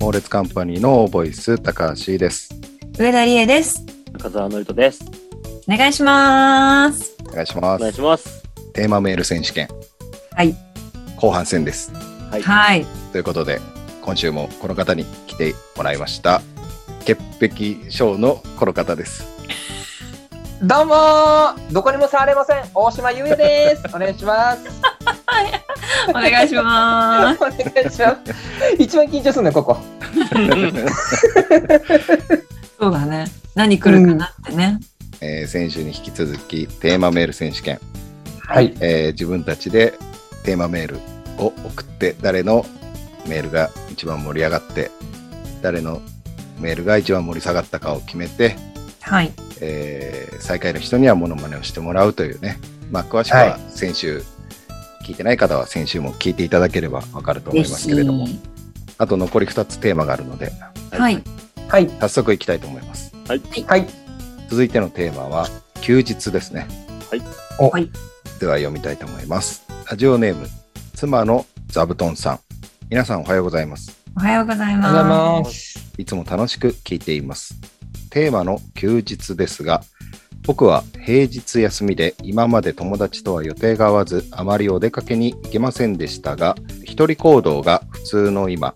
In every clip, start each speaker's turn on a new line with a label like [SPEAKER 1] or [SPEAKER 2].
[SPEAKER 1] 猛烈カンパニーのボイス高橋です
[SPEAKER 2] 上田理恵です。
[SPEAKER 3] 中澤のりとです。
[SPEAKER 2] お願いします。
[SPEAKER 1] お願いしま
[SPEAKER 3] お願い
[SPEAKER 1] す
[SPEAKER 3] します。
[SPEAKER 1] テーマメール選手権
[SPEAKER 2] はい。
[SPEAKER 1] 後半戦です
[SPEAKER 3] はい。
[SPEAKER 2] はい。
[SPEAKER 1] ということで今週もこの方に来てもらいました潔癖症のこの方です
[SPEAKER 4] どうもーどこにも触れません大島優也ですお願いします
[SPEAKER 2] お願いし
[SPEAKER 4] お
[SPEAKER 2] ま
[SPEAKER 4] 願
[SPEAKER 2] す。
[SPEAKER 4] いします一番緊張するのここ
[SPEAKER 2] そうだね。何来るかなってね。
[SPEAKER 1] えー先週に引き続きテーマメール選手権、
[SPEAKER 4] はい
[SPEAKER 1] えー自分たちでテーマメールを送って誰のメールが一番盛り上がって誰のメールが一番盛り下がったかを決めて、
[SPEAKER 2] はい。
[SPEAKER 1] えー最下位の人にはモノマネをしてもらうというね、まあ、詳しくは
[SPEAKER 4] は
[SPEAKER 1] 先週、聞いてない方は先週も聞いていただければわかると思いますけれども
[SPEAKER 2] ぜひ
[SPEAKER 1] あと残り2つテーマがあるので
[SPEAKER 2] はい。
[SPEAKER 4] はい
[SPEAKER 1] 早速いきたいと思います
[SPEAKER 4] はい
[SPEAKER 1] 続いてのテーマは休日ですね
[SPEAKER 3] はい
[SPEAKER 4] お
[SPEAKER 2] はい
[SPEAKER 1] では読みたいと思いますラジオネーム妻の座布団さん皆さんおはようございます
[SPEAKER 2] おはようござい
[SPEAKER 4] おはようご
[SPEAKER 2] ま
[SPEAKER 4] ざい
[SPEAKER 3] ま
[SPEAKER 4] ます
[SPEAKER 1] いつも楽しく聞いています。テーマの休日ですが、僕は平日休みで今まで友達とは予定が合わず、あまりお出かけに行けませんでしたが、一人行動が普通の今、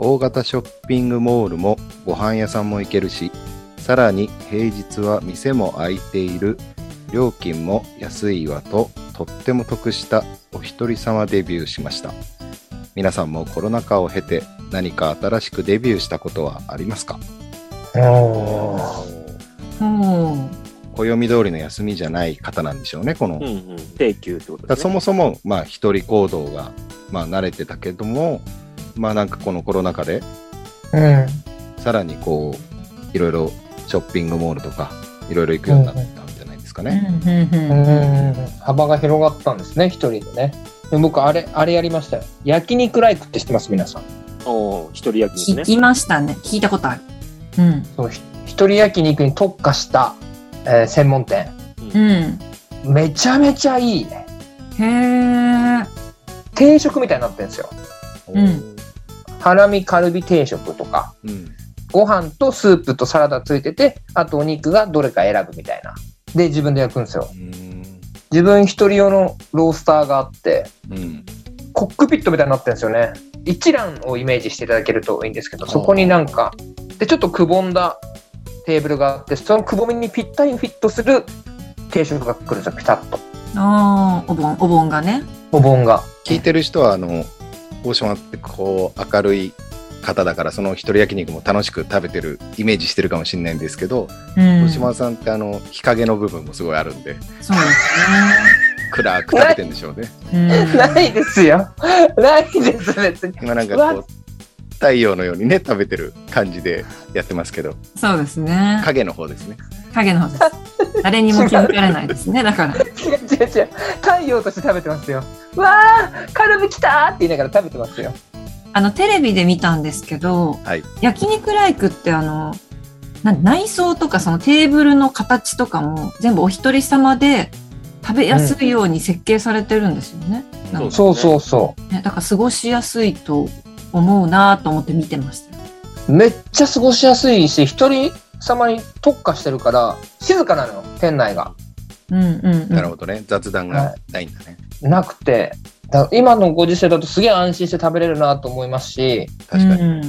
[SPEAKER 1] 大型ショッピングモールもご飯屋さんも行けるし、さらに平日は店も開いている、料金も安いわと、とっても得したお一人様デビューしました。皆さんもコロナ禍を経て何か新しくデビューしたことはありますか
[SPEAKER 4] おー
[SPEAKER 2] す。も
[SPEAKER 1] 暦通りの休みじゃない方なんでしょうねこの、
[SPEAKER 3] うん
[SPEAKER 1] だか
[SPEAKER 3] うん。定休ってこと
[SPEAKER 1] ら
[SPEAKER 3] ですね。
[SPEAKER 1] そもそもまあ一人行動がまあ慣れてたけどもまあなんかこのコロナ禍で
[SPEAKER 4] うん
[SPEAKER 1] さらにこういろいろショッピングモールとかいろいろ行くようになったんじゃないですか
[SPEAKER 2] う。
[SPEAKER 1] ね、
[SPEAKER 4] うーん幅が広がったんですね一人でねで僕あれあれやりましたよ焼肉ライクって知ってます皆さん
[SPEAKER 3] おー一人焼き
[SPEAKER 2] 聞
[SPEAKER 3] 肉ね。
[SPEAKER 2] きましたね。聞いたことある。うん。
[SPEAKER 4] そうひ一人焼肉に特化した、えー専門店
[SPEAKER 2] うん。
[SPEAKER 4] めちゃめちゃいいね
[SPEAKER 2] へえ。
[SPEAKER 4] 定食みたいになってるんですよ
[SPEAKER 2] うん
[SPEAKER 4] ハラミカルビ定食とか
[SPEAKER 1] うん
[SPEAKER 4] ご飯とスープとサラダついてて、あとお肉がどれか選ぶみたいな。で、自分で焼くんですよ。
[SPEAKER 1] うん
[SPEAKER 4] 自分一人用のロースターがあって、
[SPEAKER 1] うん
[SPEAKER 4] コックピットみたいになってるんですよね。一覧をイメージしていただけるといいんですけど、そこになんか、で、ちょっとくぼんだテーブルがあって、そのくぼみにぴったりフィットする定食が来るんですよ、ピタッと。
[SPEAKER 2] ああ、お盆、お盆がね。
[SPEAKER 4] お盆が。
[SPEAKER 1] 聞いてる人はあの大島ってこう明るい方だからその一人焼肉も楽しく食べてるイメージしてるかもしれないんですけど、
[SPEAKER 2] うん
[SPEAKER 1] 大島さんってあの日陰の部分もすごいあるんで
[SPEAKER 2] そう
[SPEAKER 1] 暗く食べてるんでしょうね。
[SPEAKER 2] ですね。うん
[SPEAKER 4] ないですよ。ないです、別に。
[SPEAKER 1] 今なんか
[SPEAKER 4] う
[SPEAKER 1] こ
[SPEAKER 4] わ
[SPEAKER 1] う太陽のようにね食べてる感じでやってますけど
[SPEAKER 2] そうですね。
[SPEAKER 1] 影の方ですね。
[SPEAKER 2] 影の方です。誰にも気づかれないですね。だから。
[SPEAKER 4] 違う違う違う。太陽として食べてますよ。わあ、カルビ来たーって言いながら食べてますよ。
[SPEAKER 2] あの、テレビで見たんですけど、
[SPEAKER 1] はい
[SPEAKER 2] 焼肉ライクってあの、な内装とかそのテーブルの形とかも全部お一人様で食べやすいように設計されてるんですよね。
[SPEAKER 1] うん
[SPEAKER 2] なんか
[SPEAKER 4] そうそうそ
[SPEAKER 2] ねだから過ごしやすいと思うなと思って見てました。
[SPEAKER 4] う。めっちゃ過ごしやすいし、一人様に特化してるから、静かなのよ、店内が。
[SPEAKER 2] うんうん、う
[SPEAKER 1] なる
[SPEAKER 2] ん。
[SPEAKER 1] ほどね雑談がないんだね。
[SPEAKER 4] なくて。だから今のご時世だとすげえ安心して食べれるなと思いますし、
[SPEAKER 1] 確かに。
[SPEAKER 2] うん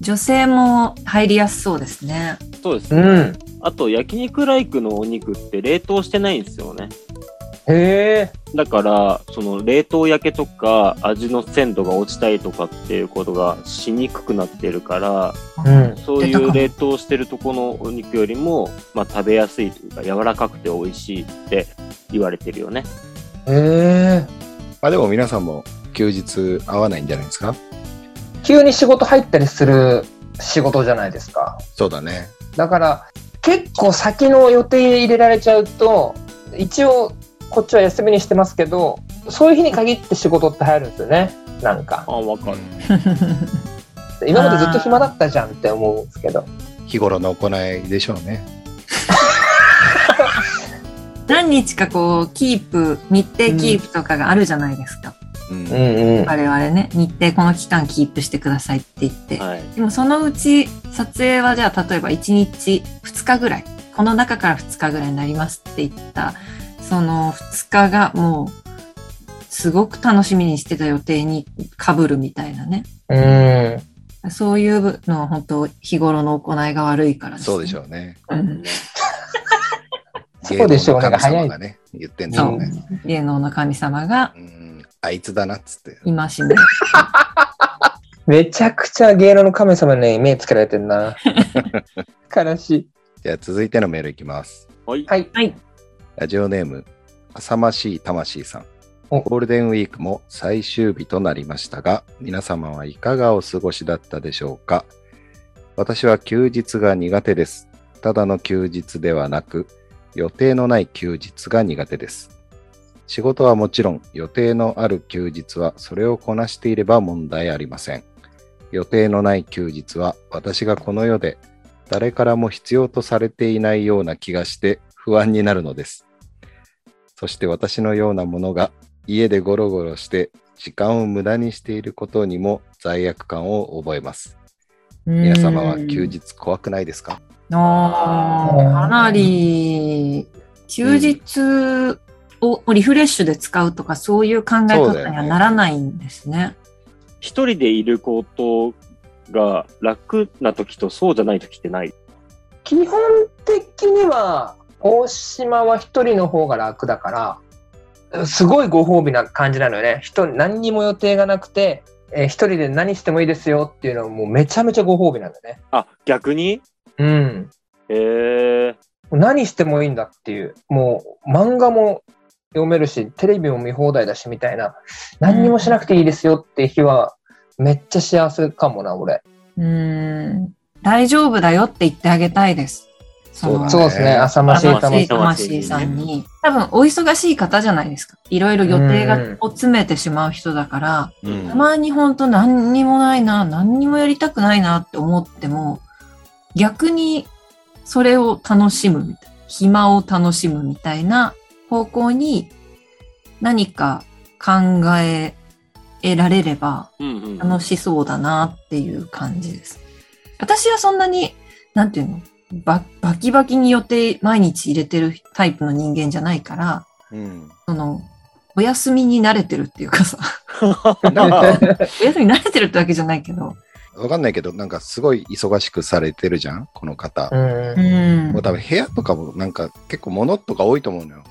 [SPEAKER 2] 女性も入りやすそうです ね。
[SPEAKER 3] そうです
[SPEAKER 4] う
[SPEAKER 3] ね。
[SPEAKER 4] ん。
[SPEAKER 3] あと、焼肉ライクのお肉って冷凍してないんですよね。
[SPEAKER 4] へえ。
[SPEAKER 3] だから、その冷凍焼けとか、味の鮮度が落ちたりとかっていうことがしにくくなってるから、
[SPEAKER 4] うん。
[SPEAKER 3] そうい
[SPEAKER 2] 出たか
[SPEAKER 3] う
[SPEAKER 2] も
[SPEAKER 3] 冷凍してるとこのお肉よりも、まあ食べやすいというか、柔らかくて美味しいって言われてるよね。
[SPEAKER 4] へえ。
[SPEAKER 1] まあでも皆さんも休日合わないんじゃないですか。
[SPEAKER 4] 急に仕事入ったりする仕事じゃないですか。
[SPEAKER 1] そうだね。
[SPEAKER 4] だから結構先の予定入れられちゃうと一応こっちは休みにしてますけどそういう日に限って仕事って入るんですよねなんか
[SPEAKER 3] あ、わかる。
[SPEAKER 4] 今までずっと暇だったじゃんって思うんですけど
[SPEAKER 1] 日頃の行いでしょうね。
[SPEAKER 2] 何日かこう、キープ、日程キープとかがあるじゃないですか。
[SPEAKER 1] うん
[SPEAKER 4] うんうん。
[SPEAKER 2] 我々ね、日程この期間キープしてくださいって言って。
[SPEAKER 3] はい。
[SPEAKER 2] でもそのうち撮影はじゃあ例えば1日2日ぐらい、この中から2日ぐらいになりますって言った、その2日がもう、すごく楽しみにしてた予定に被るみたいなね。
[SPEAKER 4] うん。
[SPEAKER 2] そういうのは本当日頃の行いが悪いから
[SPEAKER 1] そうでし
[SPEAKER 2] ょ。
[SPEAKER 1] ょうね。
[SPEAKER 2] うん
[SPEAKER 4] そうでしょうね
[SPEAKER 1] 芸能の神様がね、言ってんだろうね。
[SPEAKER 2] 芸能の神様が
[SPEAKER 1] うん、あいつだなっつって。
[SPEAKER 2] 今しめ。
[SPEAKER 4] めちゃくちゃ芸能の神様に目つけられてんな。悲しい。
[SPEAKER 1] じゃあ続いてのメールいきます。
[SPEAKER 3] はい。
[SPEAKER 4] はい。
[SPEAKER 1] ラジオネーム、浅ましい魂さん。
[SPEAKER 4] お
[SPEAKER 1] ゴールデンウィークも最終日となりましたが、皆様はいかがお過ごしだったでしょうか私は休日が苦手です。ただの休日ではなく、予定のない休日が苦手です。仕事はもちろん、予定のある休日はそれをこなしていれば問題ありません。予定のない休日は私がこの世で誰からも必要とされていないような気がして不安になるのです。そして私のようなものが家でゴロゴロして時間を無駄にしていることにも罪悪感を覚えます。皆様は休日怖くないですか
[SPEAKER 2] あ
[SPEAKER 4] う
[SPEAKER 2] ー
[SPEAKER 4] ん
[SPEAKER 2] かなり休日をリフレッシュで使うとかそういう考え
[SPEAKER 1] そうだ
[SPEAKER 2] 方
[SPEAKER 1] よ
[SPEAKER 2] に
[SPEAKER 1] ね
[SPEAKER 2] はならないんですね。
[SPEAKER 3] 一人でいることが楽な時とそうじゃない時ってない。
[SPEAKER 4] 基本的には、大島は一人の方が楽だから、すごいご褒美な感じなのよね。人、何にも予定がなくて、えー一人で何してもいいですよっていうのはもうめちゃめちゃご褒美なんだよね。
[SPEAKER 3] あ、逆に
[SPEAKER 4] うん。
[SPEAKER 3] えー、
[SPEAKER 4] 何してもいいんだっていう、もう漫画も読めるし、テレビも見放題だしみたいな、何にもしなくていいですよって日は、めっちゃ幸せかもな、俺。
[SPEAKER 2] うん大丈夫だよって言ってあげたいです。
[SPEAKER 1] そうだね
[SPEAKER 4] そうですね、浅ましい
[SPEAKER 2] 魂
[SPEAKER 4] 魂。
[SPEAKER 2] 魂さんに。多分、お忙しい方じゃないですか。いろいろ予定
[SPEAKER 4] う
[SPEAKER 2] が
[SPEAKER 4] ん
[SPEAKER 2] を詰めてしまう人だから、
[SPEAKER 1] うん
[SPEAKER 2] たまに本当何にもないな、何にもやりたくないなって思っても、逆にそれを楽しむみたいな、暇を楽しむみたいな方向に何か考えられれば
[SPEAKER 3] うんうん。
[SPEAKER 2] 楽しそうだなっていう感じです。私はそんなに、なんていうのババキバキに予定毎日入れてるタイプの人間じゃないから、
[SPEAKER 1] うん、
[SPEAKER 2] その、お休みに慣れてるっていうかさ、
[SPEAKER 1] なんか
[SPEAKER 2] お休みに慣れてるってわけじゃないけど、
[SPEAKER 1] わかんないけど、なんかすごい忙しくされてるじゃんこの方。
[SPEAKER 4] うん。
[SPEAKER 2] ん
[SPEAKER 1] もう多分部屋とかもなんか結構物とか多いと思うのよ。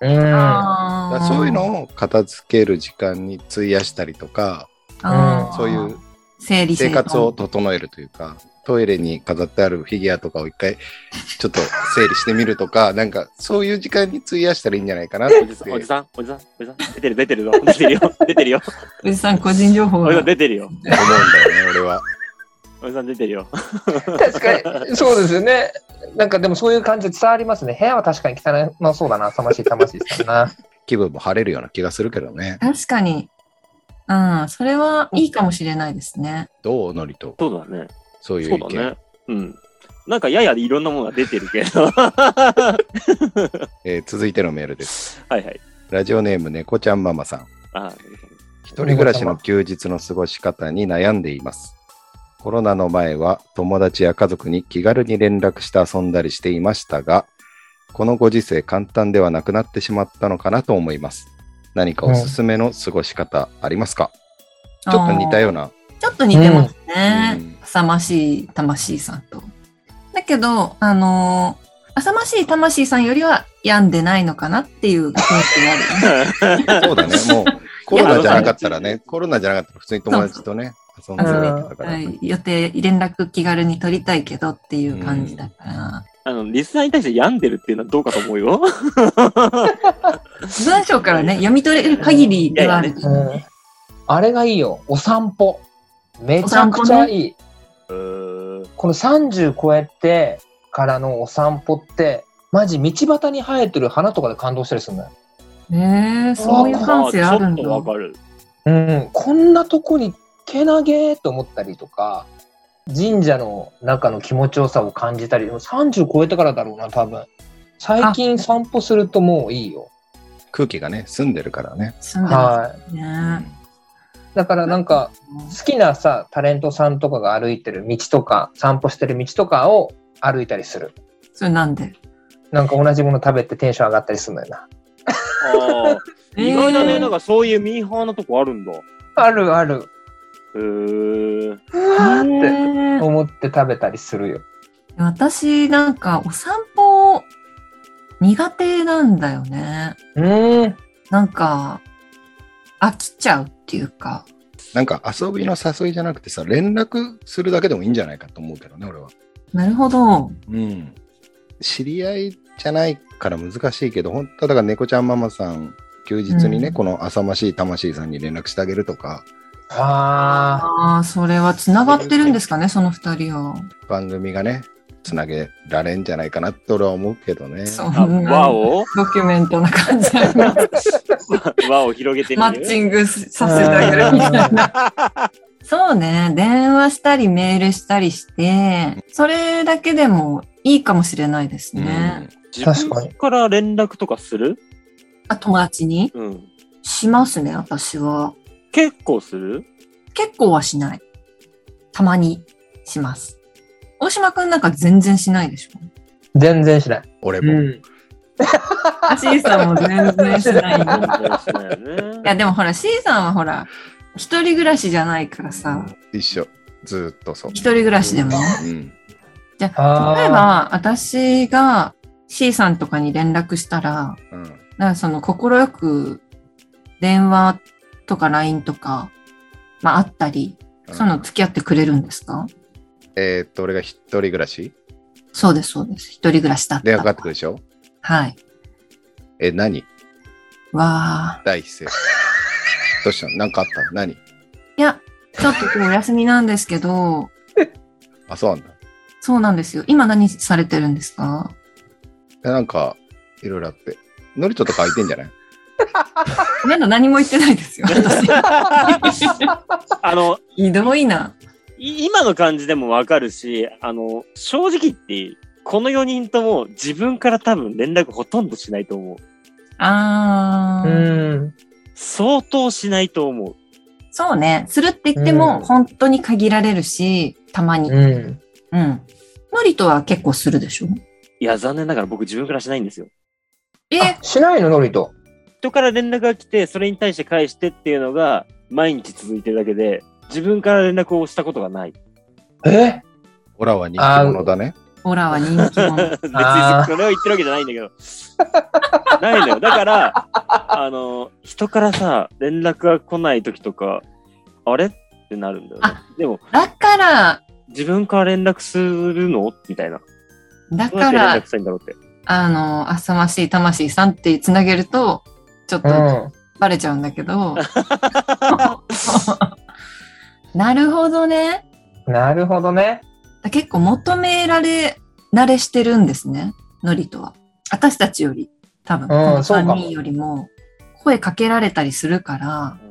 [SPEAKER 4] うん。
[SPEAKER 1] だからそういうのを片付ける時間に費やしたりとか、
[SPEAKER 2] あー
[SPEAKER 1] そういう
[SPEAKER 2] 整理整
[SPEAKER 1] 生
[SPEAKER 2] 頓
[SPEAKER 1] 活を整えるというか、トイレに飾ってあるフィギュアとかを一回ちょっと整理してみるとか、なんかそういう時間に費やしたらいいんじゃないかなって
[SPEAKER 3] おじさん、おじさん、おじさん、おじさん、出てる、出てるぞ、出て るよ、出てるよ、
[SPEAKER 2] おじさん個人情報
[SPEAKER 3] おじさん、
[SPEAKER 2] が
[SPEAKER 3] 出てるよ、
[SPEAKER 1] 思うんだよね、俺は。
[SPEAKER 3] おじさん、出てるよ。
[SPEAKER 4] 確かに、そうですよね。なんかでもそういう感じ伝わりますね。部屋は確かに汚い、まあそうだな、浅ましい魂さんな。
[SPEAKER 1] 気分も晴れるような気がするけどね。
[SPEAKER 2] 確かにうんそれはいいかもしれないですね
[SPEAKER 1] どうのりと、
[SPEAKER 3] そうだね。
[SPEAKER 1] そういう
[SPEAKER 3] そ
[SPEAKER 1] 意
[SPEAKER 3] う
[SPEAKER 1] 見。
[SPEAKER 3] だね。うん。なんかややいろんなものが出てるけ ど。は
[SPEAKER 1] えー続いてのメールです。
[SPEAKER 3] いはい。
[SPEAKER 1] ラジオネーム、猫ちゃんママさん。
[SPEAKER 3] あ
[SPEAKER 1] 一人暮らしの休日の過ごし方に悩んでいます。コロナの前は友達や家族に気軽に連絡して遊んだりしていましたが、このご時世簡単ではなくなってしまったのかなと思います。何かおすすめの過ごし方ありますか、
[SPEAKER 2] ち
[SPEAKER 1] ちょっと似たよう
[SPEAKER 2] な
[SPEAKER 1] な。
[SPEAKER 2] ちょっと似てますね、
[SPEAKER 1] うん
[SPEAKER 2] 浅ましい魂さんとだけどあのー浅ましい魂さんよりは病んでないのかなっていう雰囲気があるよね
[SPEAKER 1] そうだね。 もうコロナじゃなかったらね、コロナじゃなかったら普通に友達とね、遊んでるわけだから。
[SPEAKER 2] はい、予定連絡気軽に取りたいけどっていう感じだから、
[SPEAKER 3] あの、リスナーに対して病んでるっていうのはどうかと思うよ。
[SPEAKER 2] 文章からね読み取れる限りではあるけどね
[SPEAKER 4] うん。あれがいいよ、お散歩。めちゃくちゃいい。
[SPEAKER 3] うーん
[SPEAKER 4] この30超えてからのお散歩って、マジ道端に生えてる花とかで感動したりするんだよ。
[SPEAKER 2] ねえそういう感性あるんだ
[SPEAKER 3] ちょっとわかる。
[SPEAKER 4] うん、こんなとこにけなげーと思ったりとか、神社の中の気持ちよさを感じたり、30超えてからだろうな、多分。最近散歩するともういいよ。
[SPEAKER 1] 空気がね、澄んでるからね。
[SPEAKER 2] 住んでま
[SPEAKER 4] はい。
[SPEAKER 2] すね。
[SPEAKER 4] だからなんか、好きなさ、タレントさんとかが歩いてる道とか、散歩してる道とかを歩いたりする。
[SPEAKER 2] それなんで
[SPEAKER 4] なんか同じもの食べてテンション上がったりするのよな。
[SPEAKER 3] あー意外だ
[SPEAKER 2] え
[SPEAKER 3] ね、
[SPEAKER 2] ー
[SPEAKER 3] なんかそういうミーハーなとこあるんだ。へ
[SPEAKER 4] あるある。
[SPEAKER 3] ー。
[SPEAKER 4] うわーっ
[SPEAKER 2] へ
[SPEAKER 4] て
[SPEAKER 2] ー
[SPEAKER 4] 思って食べたりするよ。
[SPEAKER 2] 私なんかお散歩苦手なんだよね。
[SPEAKER 4] うーん。
[SPEAKER 2] なんか飽きちゃうっていうか。
[SPEAKER 1] なんか遊びの誘いじゃなくてさ、連絡するだけでもいいんじゃないかと思うけどね、俺は。
[SPEAKER 2] なるほど。
[SPEAKER 1] うん。知り合いじゃないから難しいけど、本当はだから猫ちゃんママさん、休日にね、
[SPEAKER 2] うん
[SPEAKER 1] この浅ましい魂さんに連絡してあげるとか、
[SPEAKER 4] あ
[SPEAKER 2] ああ、それは繋がってるんですかね、その二人は。
[SPEAKER 1] 番組がね、つなげられんじゃないかなって俺は思うけどね。
[SPEAKER 2] そ
[SPEAKER 3] あ、
[SPEAKER 2] んな
[SPEAKER 3] 輪を
[SPEAKER 2] ドキュメントな感じ。
[SPEAKER 3] 輪を広げてみる。
[SPEAKER 2] マッチングさせてあげるみたいな。そうね、電話したりメールしたりして、それだけでもいいかもしれないです
[SPEAKER 1] うん
[SPEAKER 2] ね。
[SPEAKER 3] 自分から連絡とかする
[SPEAKER 2] あ、友達に
[SPEAKER 3] うん。
[SPEAKER 2] しますね、私は。
[SPEAKER 3] 結構する
[SPEAKER 2] 結構はしない。たまにします。大島くんなんか全然しないでしょ
[SPEAKER 4] ー。全然しない。
[SPEAKER 1] 俺も。
[SPEAKER 2] あ ?C さんも全然しない。い
[SPEAKER 3] 全 然しないよ
[SPEAKER 2] や、
[SPEAKER 3] ね。
[SPEAKER 2] でもほら、C さんはほら、一人暮らしじゃないからさ、
[SPEAKER 1] 一緒。ずーっとそう。
[SPEAKER 2] 一人暮らしでもね。
[SPEAKER 1] うん。
[SPEAKER 4] あー
[SPEAKER 2] 例えば、私が C さんとかに連絡したら、
[SPEAKER 1] うん。
[SPEAKER 2] なんかその快く電話とか LINE とか、まああったり、そういうの付き合ってくれるんですか
[SPEAKER 1] えーっと、俺が一人暮らし
[SPEAKER 2] そうです、そうです。一人暮らしだった
[SPEAKER 1] 電話かかっ
[SPEAKER 2] ら
[SPEAKER 1] てく。るでしょ
[SPEAKER 2] はい。
[SPEAKER 1] え、何
[SPEAKER 2] わあ。
[SPEAKER 1] 第一声。どうしたの何かあったの何
[SPEAKER 2] いや、ちょっと今日お休みなんですけど、
[SPEAKER 1] あ、そうなんだ。
[SPEAKER 2] そうなんですよ。今何されてるんですか
[SPEAKER 1] でなんか、いろいろあって。のりちょっと書いてんじゃない
[SPEAKER 2] まだ何も言ってないですよ。私
[SPEAKER 3] あの、
[SPEAKER 2] ひどいな。
[SPEAKER 3] い今の感じでもわかるし、あの、正直言っていい、この4人とも自分から多分連絡ほとんどしないと思う。
[SPEAKER 2] あ
[SPEAKER 4] う
[SPEAKER 2] ー。
[SPEAKER 4] ん。
[SPEAKER 3] 相当しないと思う。
[SPEAKER 2] そうね。するって言っても、
[SPEAKER 4] うん
[SPEAKER 2] 本当に限られるし、たまに。
[SPEAKER 4] うん。
[SPEAKER 2] うん。のりとは結構するでしょ
[SPEAKER 3] いや、残念ながら僕自分からしないんですよ。
[SPEAKER 2] え
[SPEAKER 4] しないの、ノリと。
[SPEAKER 3] 人から連絡が来て、それに対して返してっていうのが、毎日続いてるだけで、自分から連絡をしたことがない。
[SPEAKER 4] え
[SPEAKER 1] オラは人気者だね。
[SPEAKER 2] オラは人気 者。
[SPEAKER 3] 別に
[SPEAKER 4] あー
[SPEAKER 3] それを言ってるわけじゃないんだけど。ないのよ。だから、あの、人からさ、連絡が来ない時とか、あれってなるんだよね
[SPEAKER 2] あ。
[SPEAKER 3] でも、
[SPEAKER 2] だから、
[SPEAKER 3] 自分から連絡するのみたいな。
[SPEAKER 2] だ
[SPEAKER 3] どうや
[SPEAKER 2] か
[SPEAKER 3] って連絡
[SPEAKER 2] ら、
[SPEAKER 3] したいんだろうって。
[SPEAKER 2] あの、浅ましい魂さんってつなげると、ちょっ
[SPEAKER 4] う
[SPEAKER 2] と
[SPEAKER 4] ん。
[SPEAKER 2] バレちゃうんだけ ど。なるほどね。
[SPEAKER 4] なるほどね。
[SPEAKER 2] 結構求められ、慣れしてるんですね。ノリとは。私たちより、多分、
[SPEAKER 4] ん
[SPEAKER 2] この
[SPEAKER 4] そうかも
[SPEAKER 2] 3人よりも、声かけられたりするから、
[SPEAKER 3] うん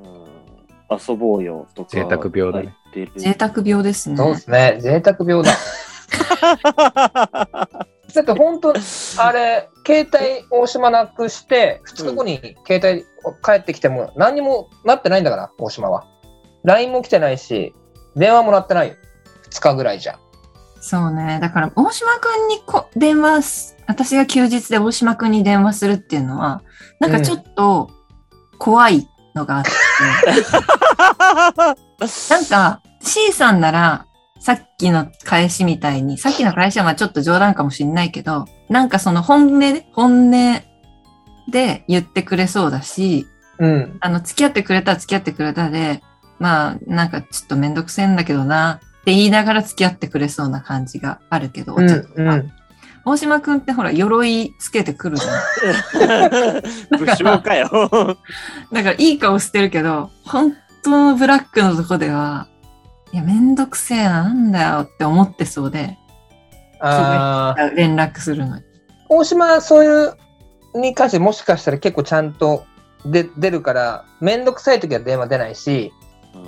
[SPEAKER 3] 遊ぼうよとか。
[SPEAKER 1] 贅沢病だね
[SPEAKER 3] 入ってる。
[SPEAKER 2] 贅沢病です
[SPEAKER 4] そうで
[SPEAKER 2] ね。
[SPEAKER 4] すね。贅沢病だ。 だって本当あれ、携帯大島なくして、2日後に携帯帰ってきても何にもなってないんだから、大島は。LINE も来てないし、電話もらってないよ。2日ぐらいじゃ。
[SPEAKER 2] そうね。だから、大島くんにこ電話す、私が休日で大島くんに電話するっていうのは、なんかちょっと怖いのがあって、なんか C さんなら、さっきの返しみたいに、さっきの返しはまあちょっと冗談かもしれないけど、なんかその本音で、本音で言ってくれそうだし、
[SPEAKER 4] うん。
[SPEAKER 2] あの、付き合ってくれたら付き合ってくれたで、まあ、なんかちょっとめんどくせえんだけどな、って言いながら付き合ってくれそうな感じがあるけど、
[SPEAKER 4] うん。
[SPEAKER 2] ちょっと
[SPEAKER 4] うん。
[SPEAKER 2] 大島くんってほら、鎧つけてくるじゃん。
[SPEAKER 3] 武将かよ。
[SPEAKER 2] だから、いい顔してるけど、本当のブラックのとこでは、いや、めんどくせえな、なんだよって思ってそうで、
[SPEAKER 4] あー
[SPEAKER 2] 連絡するのに。
[SPEAKER 4] 大島はそういうに関してもしかしたら結構ちゃんとで出るから、めんどくさい時は電話出ないし、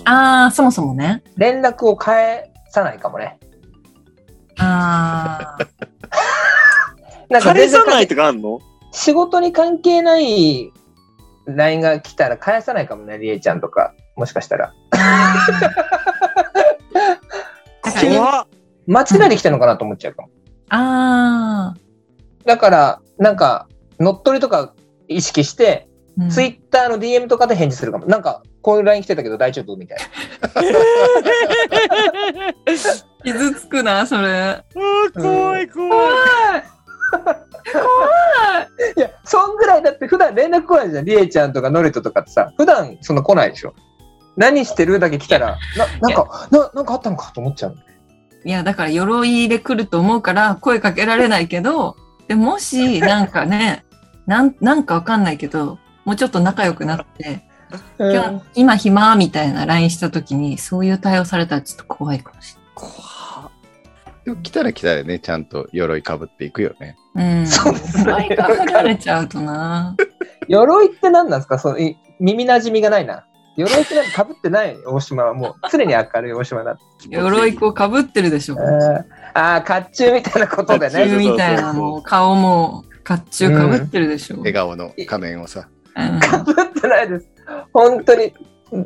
[SPEAKER 2] あー、そもそもね。
[SPEAKER 4] 連絡を返さないかもね。
[SPEAKER 2] あー。
[SPEAKER 4] なんか
[SPEAKER 3] 彼
[SPEAKER 4] 全
[SPEAKER 3] じゃ
[SPEAKER 4] 然
[SPEAKER 3] ないとかあんの
[SPEAKER 4] 仕事に関係ない LINE が来たら返さないかもね、りえちゃんとか、もしかしたら。
[SPEAKER 2] だからね
[SPEAKER 3] 怖っ
[SPEAKER 4] 間違いできたのかなと思っちゃうかも。
[SPEAKER 2] あ
[SPEAKER 4] だから、なんか、乗っ取りとか意識して、
[SPEAKER 2] ー、うん
[SPEAKER 4] ツイッターの DM とかで返事するかも。なんか、こういう LINE 来てたけど大丈夫みたいな。
[SPEAKER 2] 傷つくな、それ。
[SPEAKER 3] あー怖い怖い。
[SPEAKER 4] いや、そんぐらいだって普段連絡来ないじゃん。りえちゃんとかノリトとかってさ、普段そんな来ないでしょ。何してるだけ来たら、ななんかな、なんかあったのかと思っちゃう。
[SPEAKER 2] いや、だから鎧で来ると思うから声かけられないけど、でもし、なんかね、なん、なんかわかんないけど、もうちょっと仲良くなって、
[SPEAKER 4] うん
[SPEAKER 2] 今日今暇みたいな LINE した時に、そういう対応されたらちょっと怖いかもし
[SPEAKER 3] 怖っ
[SPEAKER 1] でも来たら来たらね、ちゃんと鎧かぶっていくよね。
[SPEAKER 2] れない。うん。
[SPEAKER 4] そうですね
[SPEAKER 2] 前から離れちゃうとな。
[SPEAKER 4] 鎧って何なんですかそのい耳なじみがないな。鎧ってなんか被ってない大島はもう常に明るい大島だ。
[SPEAKER 2] 鎧こう被ってるでしょ。
[SPEAKER 4] あーあー、甲冑みたいなことで
[SPEAKER 3] 甲
[SPEAKER 4] ね。
[SPEAKER 2] みたいなもう顔も甲冑被ってるでしょ。うん
[SPEAKER 1] 笑顔の仮面を さ。
[SPEAKER 4] 被ってないです。本当に。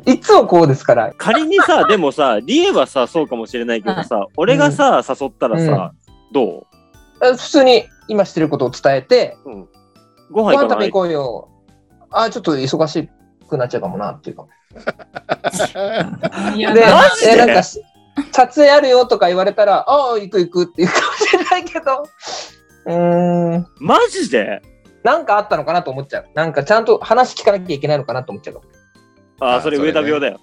[SPEAKER 4] いつもこうですから。
[SPEAKER 3] 仮にさ、でもさ、リエはさ、そうかもしれないけどさ、俺がさ、誘ったらさ、ど
[SPEAKER 4] あ普通に今してることを伝えて、
[SPEAKER 3] ううんご
[SPEAKER 4] ご
[SPEAKER 3] 飯
[SPEAKER 4] 飯
[SPEAKER 3] 行か
[SPEAKER 4] 食
[SPEAKER 3] な
[SPEAKER 4] べ
[SPEAKER 3] い
[SPEAKER 4] 行こうよ。ああ、ちょっと忙しくなっちゃうかもなっていうか。
[SPEAKER 2] い
[SPEAKER 4] で
[SPEAKER 2] や、
[SPEAKER 3] マジで
[SPEAKER 4] えなんかし撮影あるよとか言われたら、ああ、行く行くっていうかもしれないけど、うーん、
[SPEAKER 3] マジで
[SPEAKER 4] なんかあったのかなと思っちゃう。なんかちゃんと話聞かなきゃいけないのかなと思っちゃう。
[SPEAKER 3] あ
[SPEAKER 1] あ
[SPEAKER 3] ー、それ
[SPEAKER 1] それ
[SPEAKER 3] 上
[SPEAKER 1] ね
[SPEAKER 3] 田病だよ。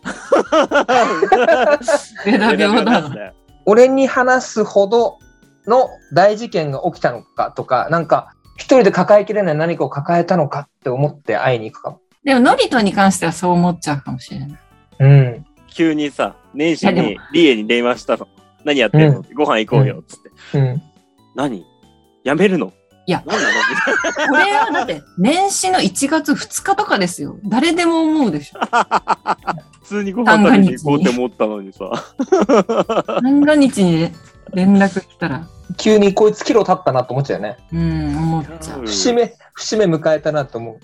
[SPEAKER 2] ベラベラだ
[SPEAKER 3] 上田
[SPEAKER 2] な。
[SPEAKER 3] 病
[SPEAKER 4] 俺に話すほどの大事件が起きたのかとか、なんか一人で抱えきれない何かを抱えたのかって思って会いに行くかも。
[SPEAKER 2] でも、ノリトに関してはそう思っちゃうかもしれない。
[SPEAKER 4] うん。
[SPEAKER 3] 急にさ、年始
[SPEAKER 2] いやで
[SPEAKER 3] にリエに電話したの。何やってんの、ご飯行こうよ、つって。
[SPEAKER 4] うん。
[SPEAKER 3] 何やめるの
[SPEAKER 2] いや
[SPEAKER 3] 何なのみたい
[SPEAKER 2] これはだって、年始の1月2日とかですよ。誰でも思うでしょ。
[SPEAKER 3] な普通にご飯食べに行こうって思ったのにさ。
[SPEAKER 2] 何が日に連絡来たら、
[SPEAKER 4] 急にこいつキロ経ったなと思っちゃうよね。
[SPEAKER 2] うん、思っちゃう。
[SPEAKER 4] 節目、節目迎えたなと思う。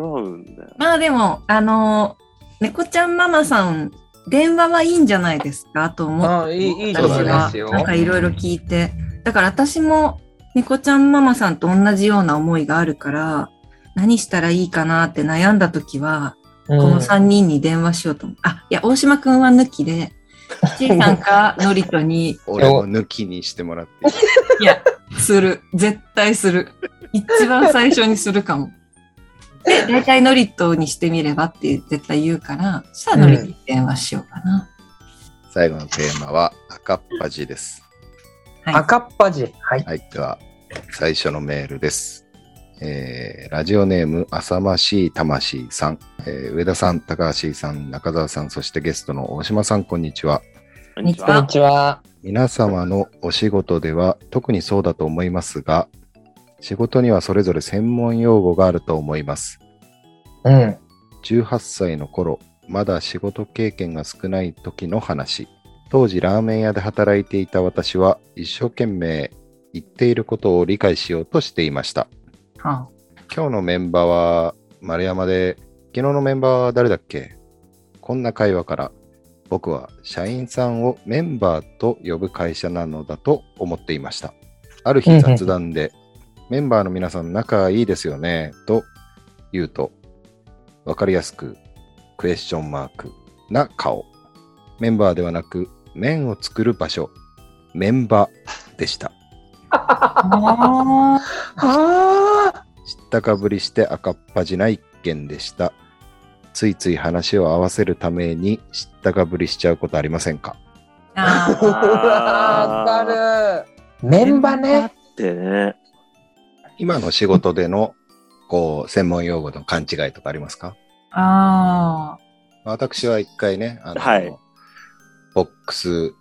[SPEAKER 3] 違うんだよ。
[SPEAKER 2] まあでも、あの、猫ちゃんママさん、電話はいいんじゃないですかと思っ
[SPEAKER 4] ああ、
[SPEAKER 2] て。
[SPEAKER 4] いい、いい
[SPEAKER 1] と
[SPEAKER 4] と
[SPEAKER 1] 思
[SPEAKER 4] 思
[SPEAKER 1] い
[SPEAKER 4] い
[SPEAKER 1] ま
[SPEAKER 4] ますすよ。
[SPEAKER 2] なんかいろいろ聞いて。だから私も、猫ちゃんママさんと同じような思いがあるから、何したらいいかなって悩んだ時は、
[SPEAKER 4] うん
[SPEAKER 2] この3人に電話しようと思う。あ、いや、大島くんは抜き で、ちいさんか、のりとに、
[SPEAKER 1] 俺を抜きにしてもらっていい。
[SPEAKER 2] いや、する。絶対する。一番最初にするかも。で、大体ノリとにしてみればって絶対言うから、さあノリに電話しようかな。
[SPEAKER 1] 最後のテーマは赤っ端です。
[SPEAKER 2] はい
[SPEAKER 4] 赤っ端。はい。
[SPEAKER 1] はい、では最初のメールです。えーラジオネーム、浅ましい魂さん、えー上田さん、高橋さん、中澤さん、そしてゲストの大島さん、こんにちは。
[SPEAKER 3] こ
[SPEAKER 2] んにち
[SPEAKER 4] こん
[SPEAKER 2] は
[SPEAKER 4] にちは。
[SPEAKER 1] 皆様のお仕事では特にそうだと思いますが、仕事にはそれぞれ専門用語があると思います。
[SPEAKER 4] うん。
[SPEAKER 1] 18歳の頃まだ仕事経験が少ない時の話当時ラーメン屋で働いていた私は一生懸命言っていることを理解しようとしていました
[SPEAKER 2] は
[SPEAKER 1] 今日のメンバーは丸山で昨日のメンバーは誰だっけこんな会話から僕は社員さんをメンバーと呼ぶ会社なのだと思っていましたある
[SPEAKER 4] うんう
[SPEAKER 1] 日
[SPEAKER 4] ん
[SPEAKER 1] 雑談でメンバーの皆さん仲いいですよねと言うと分かりやすくクエスチョンマークな顔メンバーではなく麺を作る場所メンバーでした
[SPEAKER 2] あ。
[SPEAKER 4] あ
[SPEAKER 1] 知ったかぶりして赤っ恥な一件でした。ついつい話を合わせるために知ったかぶりしちゃうことありませんか
[SPEAKER 2] あ
[SPEAKER 4] あ。わかる。メンバーね。
[SPEAKER 3] ってね。
[SPEAKER 1] 今の仕事での こう専門用語の勘違いとかありますか
[SPEAKER 2] あ
[SPEAKER 1] 私は一回ね、あの、
[SPEAKER 3] はい
[SPEAKER 1] ボックス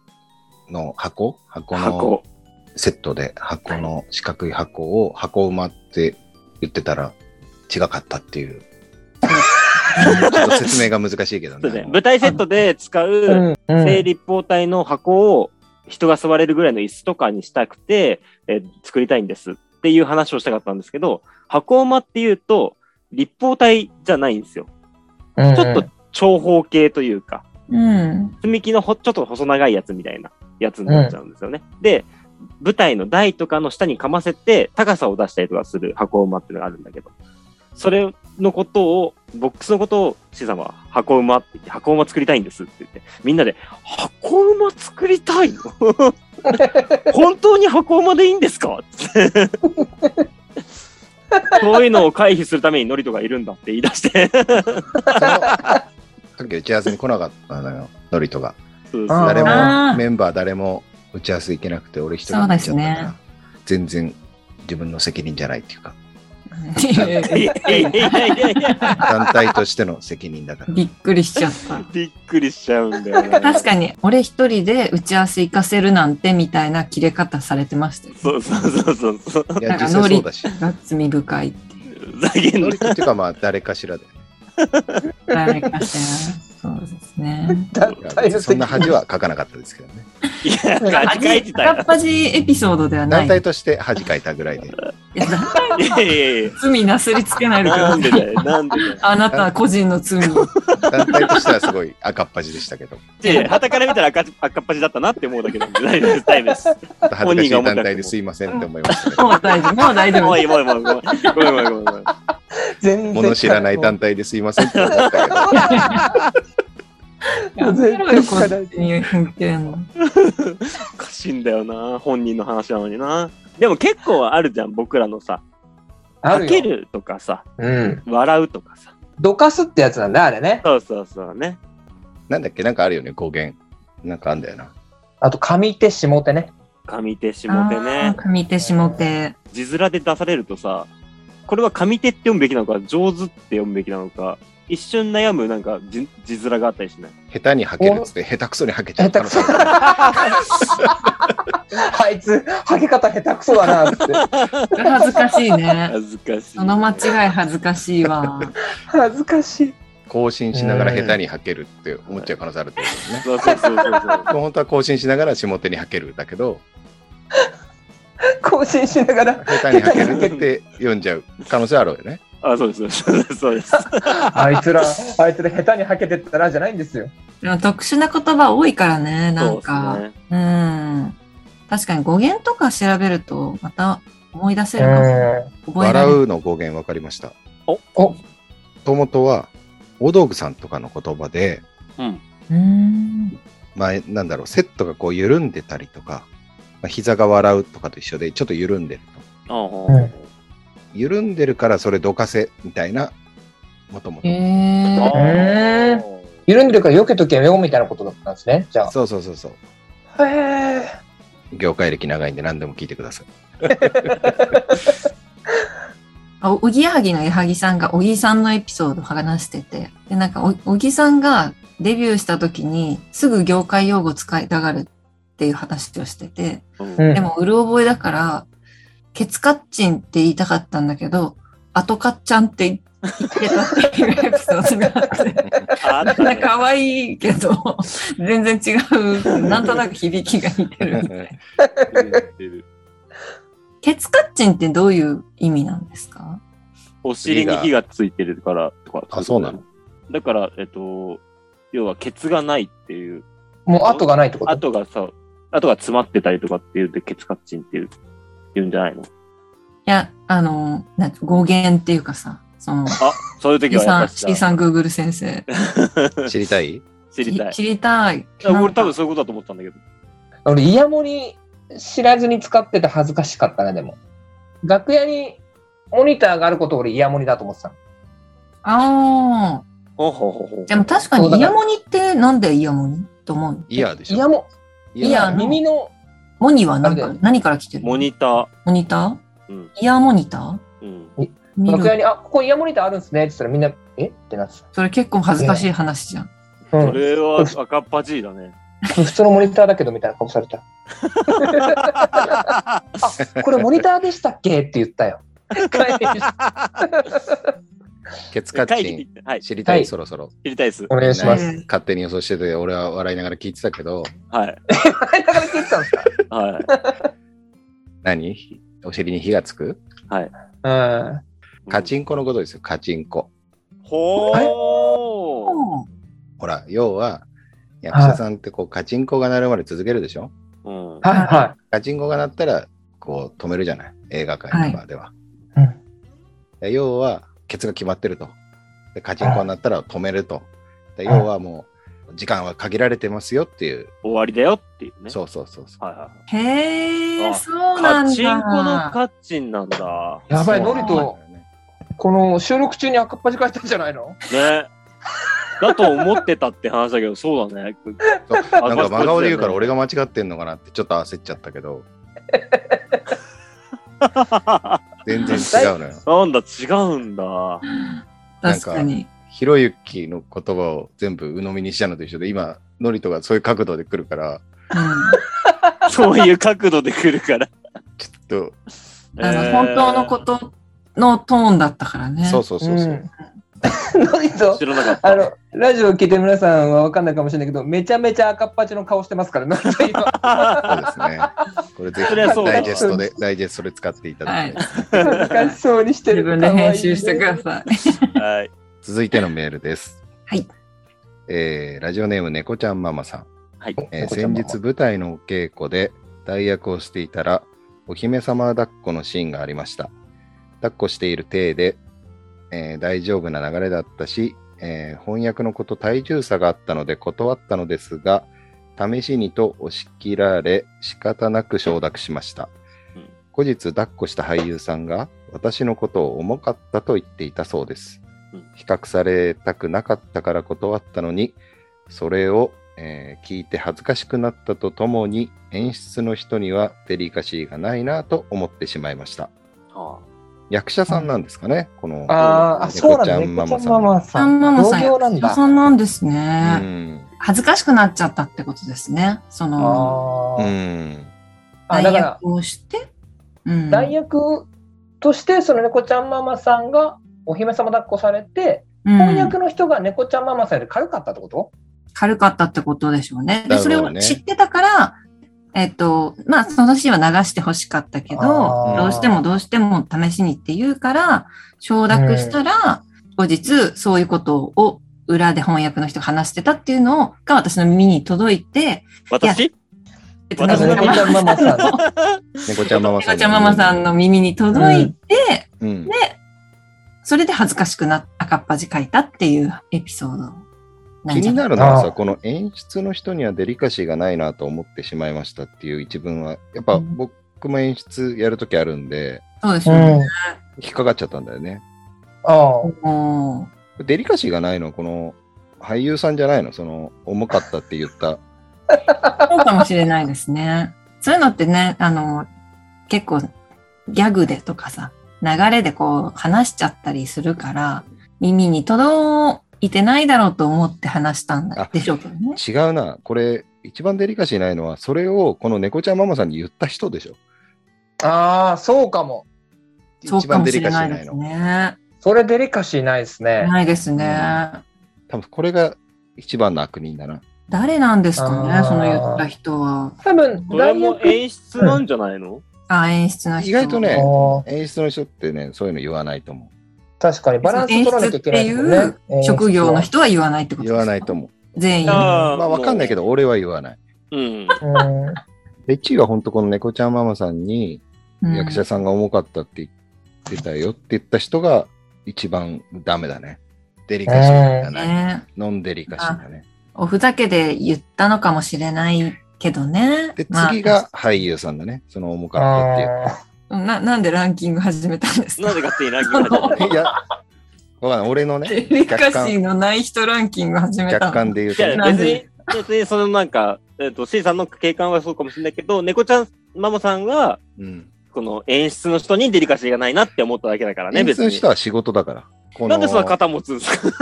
[SPEAKER 1] の箱箱の
[SPEAKER 3] 箱。
[SPEAKER 1] セットで箱の四角い箱を箱馬って言ってたら違かったっていう。ちょっと説明が難しいけど
[SPEAKER 3] そうですね
[SPEAKER 1] ね。
[SPEAKER 3] 舞台セットで使う
[SPEAKER 4] うん。
[SPEAKER 3] 正立方体の箱を人が座れるぐらいの椅子とかにしたくて、えー作りたいんですっていう話をしたかったんですけど、箱馬っていうと、立方体じゃないんですよ。
[SPEAKER 4] うんうん
[SPEAKER 3] ちょっと長方形というか、
[SPEAKER 2] うん。
[SPEAKER 3] 積み木のほちょっと細長いやつみたいなやつになっちゃうんですよね。で、舞台の台とかの下にかませて高さを出したりとかする箱馬っていうのがあるんだけど、それのことを、ボックスのことを、シーさんは箱馬って言って、箱馬作りたいんですって言って、みんなで、箱馬作りたいの 本当に箱馬でいいんですかって。そういうのを回避するためにノリとかいるんだって言い出して。
[SPEAKER 1] その時打ち合わせに来なかったのよ、ノリとが。
[SPEAKER 3] そうそう
[SPEAKER 4] あー
[SPEAKER 1] 誰
[SPEAKER 2] あ
[SPEAKER 1] も、
[SPEAKER 2] ー
[SPEAKER 1] メンバー誰も打ち合わせ行けなくて、俺一人になっちゃったから、全然自分の責任じゃないっていうか、
[SPEAKER 3] いやいやいやいやいや。
[SPEAKER 1] 団体としての責任だから。
[SPEAKER 2] びっくりしちゃった。
[SPEAKER 3] びっくりしちゃうんだよ、ね。
[SPEAKER 2] 確かに、俺一人で打ち合わせ行かせるなんてみたいな切れ方されてましたよ。
[SPEAKER 3] そうそうそうそうそう。
[SPEAKER 1] いや、実際そうだし。
[SPEAKER 2] が罪深いっていう。
[SPEAKER 3] ざけん
[SPEAKER 1] ノ
[SPEAKER 3] な
[SPEAKER 1] リ。とっていうか、まあ、誰かしらで。
[SPEAKER 2] 誰かしら。そうですね。
[SPEAKER 4] 団
[SPEAKER 1] いや
[SPEAKER 4] 体の
[SPEAKER 1] そん
[SPEAKER 4] 責
[SPEAKER 1] な
[SPEAKER 4] 任
[SPEAKER 1] 恥は書かなかったですけどね。
[SPEAKER 3] いや、ガチ書いてた
[SPEAKER 2] 片
[SPEAKER 3] よ
[SPEAKER 2] っ。端エピソードではな
[SPEAKER 1] 団
[SPEAKER 2] い。い
[SPEAKER 1] 体として恥かいたぐらいで。
[SPEAKER 2] や
[SPEAKER 3] いやいやいや。
[SPEAKER 2] 罪なすりつけないでく
[SPEAKER 3] な
[SPEAKER 2] だ
[SPEAKER 3] ん
[SPEAKER 2] さ
[SPEAKER 3] で
[SPEAKER 2] い。
[SPEAKER 3] だよ、なんでだよ。
[SPEAKER 2] あなた個人の罪を。
[SPEAKER 1] 団体としてはすごい赤っ端でしたけど。
[SPEAKER 3] で、はたから見たら赤赤っ端だったなって思うだけなんで、大丈夫です、大丈夫です。
[SPEAKER 1] 恥ずかしい団体ですいませんって思いましたね。
[SPEAKER 2] もう大丈夫。もう大丈
[SPEAKER 3] も
[SPEAKER 2] 夫
[SPEAKER 3] う。いい、もういい、もういい、もういい、ごめんごめんごめんごめん。
[SPEAKER 4] 全然
[SPEAKER 1] 物知らない団体ですいませんって思ったけど。
[SPEAKER 2] やめろよ、こっちに関係の。
[SPEAKER 3] おかしいんだよな、本人の話なのにな。でも結構あるじゃん、僕らのさ、
[SPEAKER 4] あ
[SPEAKER 3] かけ
[SPEAKER 4] るよ。
[SPEAKER 3] るとかさ、
[SPEAKER 4] うん。
[SPEAKER 3] 笑うとかさ。
[SPEAKER 4] どかすってやつなんだ、あれね。
[SPEAKER 3] そうそうそうね。
[SPEAKER 1] なんだっけなんかあるよね、語源。なんかあんだよな。
[SPEAKER 4] あと、上手、下手ね。
[SPEAKER 3] 上手下手
[SPEAKER 2] あー。
[SPEAKER 3] ね
[SPEAKER 2] 上手下手。
[SPEAKER 3] 字面で出されるとさ、これは上手って読むべきなのか、上手って読むべきなのか、一瞬悩むなんか字字面があったりしない。
[SPEAKER 1] 下手に履けるっつって、下手くそに履けちゃ
[SPEAKER 4] 下
[SPEAKER 1] った
[SPEAKER 4] 手
[SPEAKER 1] の
[SPEAKER 4] くそ。あいつ、はけ方下手くそだなって。
[SPEAKER 2] 恥ずかしいね。
[SPEAKER 3] 恥ずかしい。
[SPEAKER 2] その間違い恥ずかしいわ。
[SPEAKER 4] 恥ずかしい。
[SPEAKER 1] 更新しながら下手に履けるって思っちゃう可能性あるってことですね。
[SPEAKER 3] そうそうそうそうそう。
[SPEAKER 1] でも本当は更新しながら下手に履けるだけど、
[SPEAKER 4] 更新しながら。
[SPEAKER 1] 下手に履けるって読んじゃう可能性あるわよね。
[SPEAKER 3] あ、そうです、そうです、そうです。
[SPEAKER 4] あいつら、あいつら下手にはけてったらじゃないんですよ。
[SPEAKER 2] でも特殊な言葉多いからね、 なん
[SPEAKER 3] そう
[SPEAKER 2] か。
[SPEAKER 3] ですね
[SPEAKER 2] うん。確かに語源とか調べると、また思い出せ
[SPEAKER 4] う
[SPEAKER 2] るかも。
[SPEAKER 4] ん。
[SPEAKER 2] 覚えら
[SPEAKER 1] 笑
[SPEAKER 2] れる。
[SPEAKER 1] うの語源分かりました。
[SPEAKER 3] お
[SPEAKER 4] お
[SPEAKER 1] ともとは、お道具さんとかの言葉で、
[SPEAKER 3] うん。
[SPEAKER 2] うん。
[SPEAKER 1] まあ、なんだろう、セットがこう緩んでたりとか、まあ、膝が笑うとかと一緒で、ちょっと緩んでると。
[SPEAKER 3] ああ、
[SPEAKER 4] うん
[SPEAKER 1] 緩んでるからそれどかせみたいな、もともと
[SPEAKER 2] へ。え
[SPEAKER 3] ああ
[SPEAKER 4] へー緩んでるから避けとけよみたいなことだったんですね。じゃ
[SPEAKER 1] そうそうそうそう。
[SPEAKER 4] あ。へえ。
[SPEAKER 1] 業界歴長いんで何でも聞いてください。
[SPEAKER 2] あおおぎやはぎの矢作さんがおぎさんのエピソードを話してて、で、なんかお、おぎさんがデビューした時にすぐ業界用語使いたがるっていう話をしてて、
[SPEAKER 3] うん
[SPEAKER 2] でも、うる覚えだから、ケツカッチンって言いたかったんだけど、アトカッチャンって言ってたっていうエピソードがあって、
[SPEAKER 3] あ
[SPEAKER 2] な
[SPEAKER 3] っ
[SPEAKER 2] んか
[SPEAKER 3] たね
[SPEAKER 2] 可愛いけど、全然違う、なんとなく響きが似てるみた いな。ケツカッチンってどういう意味なんですか
[SPEAKER 3] お尻に火がついてるからとか。
[SPEAKER 1] あそうなの
[SPEAKER 3] だから、えっと、要は、ケツがないっていう、
[SPEAKER 4] もう後がないってこと
[SPEAKER 3] 跡がさ、跡が詰まってたりとかっていうんで、ケツカッチンっていう、言うんじゃないの
[SPEAKER 2] いや、あの、なんか語源っていうかさ、その、
[SPEAKER 3] あ、そういう
[SPEAKER 2] C
[SPEAKER 3] 時はや
[SPEAKER 2] さ
[SPEAKER 3] っ
[SPEAKER 2] ん、
[SPEAKER 3] ぱ知
[SPEAKER 2] C さん、Google 先生。
[SPEAKER 1] 知りたい
[SPEAKER 3] 知りた い。
[SPEAKER 2] 知りたい。
[SPEAKER 3] あ俺多分そういうことだと思ったんだけど。
[SPEAKER 4] 俺、イヤモニ知らずに使ってて恥ずかしかったな、でも。楽屋にモニターがあることを俺イヤモニだと思ってたの。
[SPEAKER 2] ああ。
[SPEAKER 3] ほうほうほうほう
[SPEAKER 2] でも確か
[SPEAKER 4] そうだ
[SPEAKER 2] に
[SPEAKER 4] か
[SPEAKER 2] イ
[SPEAKER 4] ら
[SPEAKER 2] ヤモニってなんでイヤモニと思う
[SPEAKER 1] イヤーでしょ
[SPEAKER 4] イヤモ、
[SPEAKER 2] イヤーの
[SPEAKER 4] 耳の、
[SPEAKER 2] モニは何か
[SPEAKER 4] あれだよ
[SPEAKER 2] 何から来てる
[SPEAKER 3] モ
[SPEAKER 2] モニ
[SPEAKER 3] ニター。
[SPEAKER 2] ター、
[SPEAKER 3] うん
[SPEAKER 2] イヤーモニター
[SPEAKER 3] うん。
[SPEAKER 2] 見
[SPEAKER 4] 楽屋
[SPEAKER 2] る
[SPEAKER 4] に、あ、ここイヤモニターあるんですねって言ったらみんな、えってなって
[SPEAKER 2] それ結構恥ずかしい話じゃん。
[SPEAKER 4] た。う
[SPEAKER 3] そ
[SPEAKER 4] ん。
[SPEAKER 3] れは赤っ端だね。
[SPEAKER 4] 普通のモニターだけどみたいな顔され た。あ、これモニターでしたっけって言った よ。
[SPEAKER 1] ケツカッチン
[SPEAKER 3] ン。はい、知
[SPEAKER 1] 知りたい、
[SPEAKER 4] はい
[SPEAKER 1] そろそろ。
[SPEAKER 3] りたいです。
[SPEAKER 4] お願いします。
[SPEAKER 2] うん
[SPEAKER 1] 勝手に予想してて、俺は笑いながら聞いてたけど、
[SPEAKER 3] はい。
[SPEAKER 4] だから聞いてたんですか
[SPEAKER 3] はい。
[SPEAKER 1] 何お尻に火がつく
[SPEAKER 4] うん。
[SPEAKER 1] カチンコのことですよ、カチンコ。
[SPEAKER 3] ほー。
[SPEAKER 1] ほら、要は、役者さんってこう、カチンコが鳴るまで続けるでしょ
[SPEAKER 3] うん。
[SPEAKER 4] はいは
[SPEAKER 1] カチンコが鳴ったら、こう、止めるじゃない映画館とかでは。
[SPEAKER 4] い。うん
[SPEAKER 1] で要は、ケツが決まってると。でカチンコになったら止めると。で要はもう、時間は限られてますよっていう。
[SPEAKER 3] 終わりだよっていうね。
[SPEAKER 1] そうそうそうそう。
[SPEAKER 3] はいはい。
[SPEAKER 2] へえ、
[SPEAKER 3] あ
[SPEAKER 2] そうな
[SPEAKER 3] カ
[SPEAKER 2] んだ。
[SPEAKER 3] チンコのカッチンなんだ。
[SPEAKER 4] やばい、
[SPEAKER 1] そ
[SPEAKER 4] ノ
[SPEAKER 1] うな
[SPEAKER 4] リ
[SPEAKER 1] んだ
[SPEAKER 4] と
[SPEAKER 1] よね。
[SPEAKER 4] この収録中に赤っ端書いたんじゃないの
[SPEAKER 3] ね。だと思ってたって話だけど、そうだね。
[SPEAKER 1] そう
[SPEAKER 3] あ
[SPEAKER 1] なんか真顔で言うから
[SPEAKER 3] そう
[SPEAKER 1] 俺が間違ってんのかなってちょっと焦っちゃったけ ど、全然違うのよ。
[SPEAKER 3] なんだ、違うんだ。
[SPEAKER 2] 確かに。
[SPEAKER 1] ひろゆきの言葉を全部鵜呑みにしたのと一緒で、今、ノリとがそういう角度で来るから、
[SPEAKER 2] うん
[SPEAKER 3] そういう角度で来るから。
[SPEAKER 1] ちょっ
[SPEAKER 2] あの
[SPEAKER 3] えー
[SPEAKER 2] 本当のことのトーンだったからね。
[SPEAKER 1] と、そうそうそうそう。
[SPEAKER 4] うん ノリと
[SPEAKER 3] 知らなかっ
[SPEAKER 4] あ
[SPEAKER 3] た。
[SPEAKER 4] の、ラジオ聞いてる皆さんは分かんないかもしれないけど、めちゃめちゃ赤っ端の顔してます から、なんか今
[SPEAKER 1] そうですね。これぜ
[SPEAKER 3] そ
[SPEAKER 1] ひ
[SPEAKER 3] りゃそうだ
[SPEAKER 1] ダイジェストで、ダイジェストで使っていただきたい。
[SPEAKER 4] 恥ずかしそうにしてる。
[SPEAKER 2] 自分で編集してく
[SPEAKER 4] 可愛い
[SPEAKER 2] だ
[SPEAKER 4] ね
[SPEAKER 2] さい。
[SPEAKER 3] はい。
[SPEAKER 1] 続いてのメールです。
[SPEAKER 2] はい。
[SPEAKER 1] えーラジオネーム猫ちゃんママさん。
[SPEAKER 3] はい。
[SPEAKER 1] えー
[SPEAKER 4] 猫ちゃ
[SPEAKER 1] 先
[SPEAKER 4] んママ
[SPEAKER 1] 日舞台のお稽古で代役をしていたらお姫様抱っこのシーンがありました抱っこしている体で、えー大丈夫な流れだったし、えー翻訳のこと体重差があったので断ったのですが試しにと押し切られ仕方なく承諾しました
[SPEAKER 3] うん
[SPEAKER 1] 後日抱っこした俳優さんが私のことを重かったと言っていたそうです
[SPEAKER 3] うん
[SPEAKER 1] 比較されたくなかったから断ったのにそれを、えー聞いて恥ずかしくなったとともに演出の人にはデリカシーがないなと思ってしまいました
[SPEAKER 3] あ
[SPEAKER 1] 役者さんなんですかね、この
[SPEAKER 4] あーあ、そうな
[SPEAKER 1] 猫ち
[SPEAKER 4] んだ。猫ち
[SPEAKER 1] ゃ
[SPEAKER 4] ゃ
[SPEAKER 1] ん
[SPEAKER 4] ん
[SPEAKER 1] マ
[SPEAKER 4] マ
[SPEAKER 1] マ
[SPEAKER 4] マ
[SPEAKER 2] さ
[SPEAKER 4] さ
[SPEAKER 2] ん
[SPEAKER 4] ん。
[SPEAKER 2] ママさん
[SPEAKER 4] 同業なんだ。
[SPEAKER 2] そんなんです
[SPEAKER 1] う
[SPEAKER 2] ね。
[SPEAKER 1] ん
[SPEAKER 2] 恥ずかしくなっちゃったってことですね。その、
[SPEAKER 4] あ
[SPEAKER 1] う
[SPEAKER 4] ー
[SPEAKER 1] ん
[SPEAKER 4] あ、
[SPEAKER 2] 代
[SPEAKER 4] だから、
[SPEAKER 2] 役をして。うん
[SPEAKER 4] 代役として、その猫ちゃんママさんがお姫様抱っこされて、翻
[SPEAKER 2] うん
[SPEAKER 4] 訳の人が猫ちゃんママさんより軽かったってこと
[SPEAKER 2] 軽かったってことでしょうね。
[SPEAKER 1] だ
[SPEAKER 2] で、
[SPEAKER 1] ろう
[SPEAKER 2] そ
[SPEAKER 1] ね
[SPEAKER 2] れを知ってたから、えっと、まあ、そのシーンは流してほしかったけど
[SPEAKER 4] あ、
[SPEAKER 1] ー
[SPEAKER 2] どうしてもどうしても試しにって言うから、承諾したら、後日、そういうことを裏で翻訳の人が話してたっていうのが私の耳に届いて、
[SPEAKER 3] 私
[SPEAKER 2] えっと
[SPEAKER 3] 私
[SPEAKER 4] 私
[SPEAKER 3] の
[SPEAKER 4] の
[SPEAKER 2] 猫
[SPEAKER 4] 猫
[SPEAKER 2] ち
[SPEAKER 4] ち
[SPEAKER 2] ゃ
[SPEAKER 4] ゃ
[SPEAKER 2] ん
[SPEAKER 4] んママさん。
[SPEAKER 1] 猫ちゃんママさん
[SPEAKER 2] ママさんの耳に届いて、
[SPEAKER 1] うん
[SPEAKER 2] それで恥ずかしくな赤っ端書いたっていうエピソードなん
[SPEAKER 1] 気
[SPEAKER 2] じゃ
[SPEAKER 1] に
[SPEAKER 2] な
[SPEAKER 1] な
[SPEAKER 2] い
[SPEAKER 1] るのは
[SPEAKER 4] あ
[SPEAKER 1] さ
[SPEAKER 4] ー
[SPEAKER 1] この演出の人にはデリカシーがないなと思ってしまいましたっていう一文はやっぱ
[SPEAKER 2] うん
[SPEAKER 1] 僕も演出やるときあるんで
[SPEAKER 2] そうでし
[SPEAKER 4] う
[SPEAKER 2] ょうね。
[SPEAKER 4] ん。
[SPEAKER 1] 引っかかっちゃったんだよね
[SPEAKER 4] ああ。
[SPEAKER 2] おー
[SPEAKER 1] デリカシーがないのはこの俳優さんじゃないのその重かったって言った
[SPEAKER 2] そうかもしれないですね。そういうのってね、あの、結構ギャグでとかさ、流れでこう話しちゃったりするから、耳に届いてないだろうと思って話したんだでしょうけどね。
[SPEAKER 1] 違うな。これ、一番デリカシーないのは、それをこの猫ちゃんママさんに言った人でしょ。
[SPEAKER 4] ああ、そうかも。
[SPEAKER 2] そう
[SPEAKER 1] 一
[SPEAKER 2] か
[SPEAKER 1] 番
[SPEAKER 2] も
[SPEAKER 1] デ
[SPEAKER 2] し
[SPEAKER 1] リ
[SPEAKER 2] れ
[SPEAKER 1] カシー
[SPEAKER 2] ない
[SPEAKER 1] な
[SPEAKER 2] で
[SPEAKER 1] い
[SPEAKER 2] す
[SPEAKER 1] の。
[SPEAKER 2] ね。
[SPEAKER 4] それデリカシーないですね。
[SPEAKER 2] ないですね。
[SPEAKER 1] 多分これが一番の悪人だな。
[SPEAKER 2] 誰なんですか
[SPEAKER 4] あ
[SPEAKER 2] ね、
[SPEAKER 4] ー
[SPEAKER 2] その言った人は。
[SPEAKER 4] 多分、
[SPEAKER 3] これ
[SPEAKER 4] 代
[SPEAKER 3] も
[SPEAKER 4] 役
[SPEAKER 3] 演出なんじゃないの
[SPEAKER 2] あ、演出の人。
[SPEAKER 1] 意外とね
[SPEAKER 4] ああ
[SPEAKER 1] 演出の人ってね、そういうの言わないと思
[SPEAKER 4] 確かにバランス
[SPEAKER 2] 演
[SPEAKER 4] 取らなき
[SPEAKER 2] 出
[SPEAKER 4] ゃ
[SPEAKER 2] っ
[SPEAKER 4] い
[SPEAKER 2] て
[SPEAKER 4] けない
[SPEAKER 2] い
[SPEAKER 4] ですもんね
[SPEAKER 2] う職業の。人は言わないって
[SPEAKER 1] う。
[SPEAKER 2] ことです
[SPEAKER 1] 言
[SPEAKER 2] か
[SPEAKER 1] わないと思う。
[SPEAKER 2] 全員。
[SPEAKER 3] あー
[SPEAKER 1] まあ、わかんないけど、俺は言わない。
[SPEAKER 3] うん。
[SPEAKER 4] うん
[SPEAKER 1] で、1位は本当この猫ちゃんママさんに、
[SPEAKER 2] うん
[SPEAKER 1] 役者さんが重かったって言ってたよって言った人が、一番ダメだね。デリカシーがない。
[SPEAKER 2] ね。
[SPEAKER 1] ノンデリカシーだね。
[SPEAKER 2] おふざけで言ったのかもしれないけどね。
[SPEAKER 1] で、
[SPEAKER 2] まあ
[SPEAKER 1] 次が俳優さんだね。その重かったっていう。
[SPEAKER 2] な。なんでランキング始めたんです
[SPEAKER 3] な
[SPEAKER 2] か
[SPEAKER 3] ぜ勝手にランキング始めた の
[SPEAKER 1] いや、わかんない。俺の
[SPEAKER 2] デ
[SPEAKER 1] ね、
[SPEAKER 2] リカシーのない人ランキング始めた
[SPEAKER 1] 客観
[SPEAKER 2] の。
[SPEAKER 1] で言う
[SPEAKER 3] い
[SPEAKER 1] とね
[SPEAKER 3] や、別に、別にそのなんか、えっと、C さんの警官はそうかもしれないけど、猫ちゃんママさんは、
[SPEAKER 1] うん。
[SPEAKER 3] この演出の人にデリカシーがないなって思っただけだからね、
[SPEAKER 1] 演
[SPEAKER 3] 別
[SPEAKER 1] 出の
[SPEAKER 3] に。
[SPEAKER 1] 人は仕事だから。こ
[SPEAKER 3] なんでそんな肩持つんですか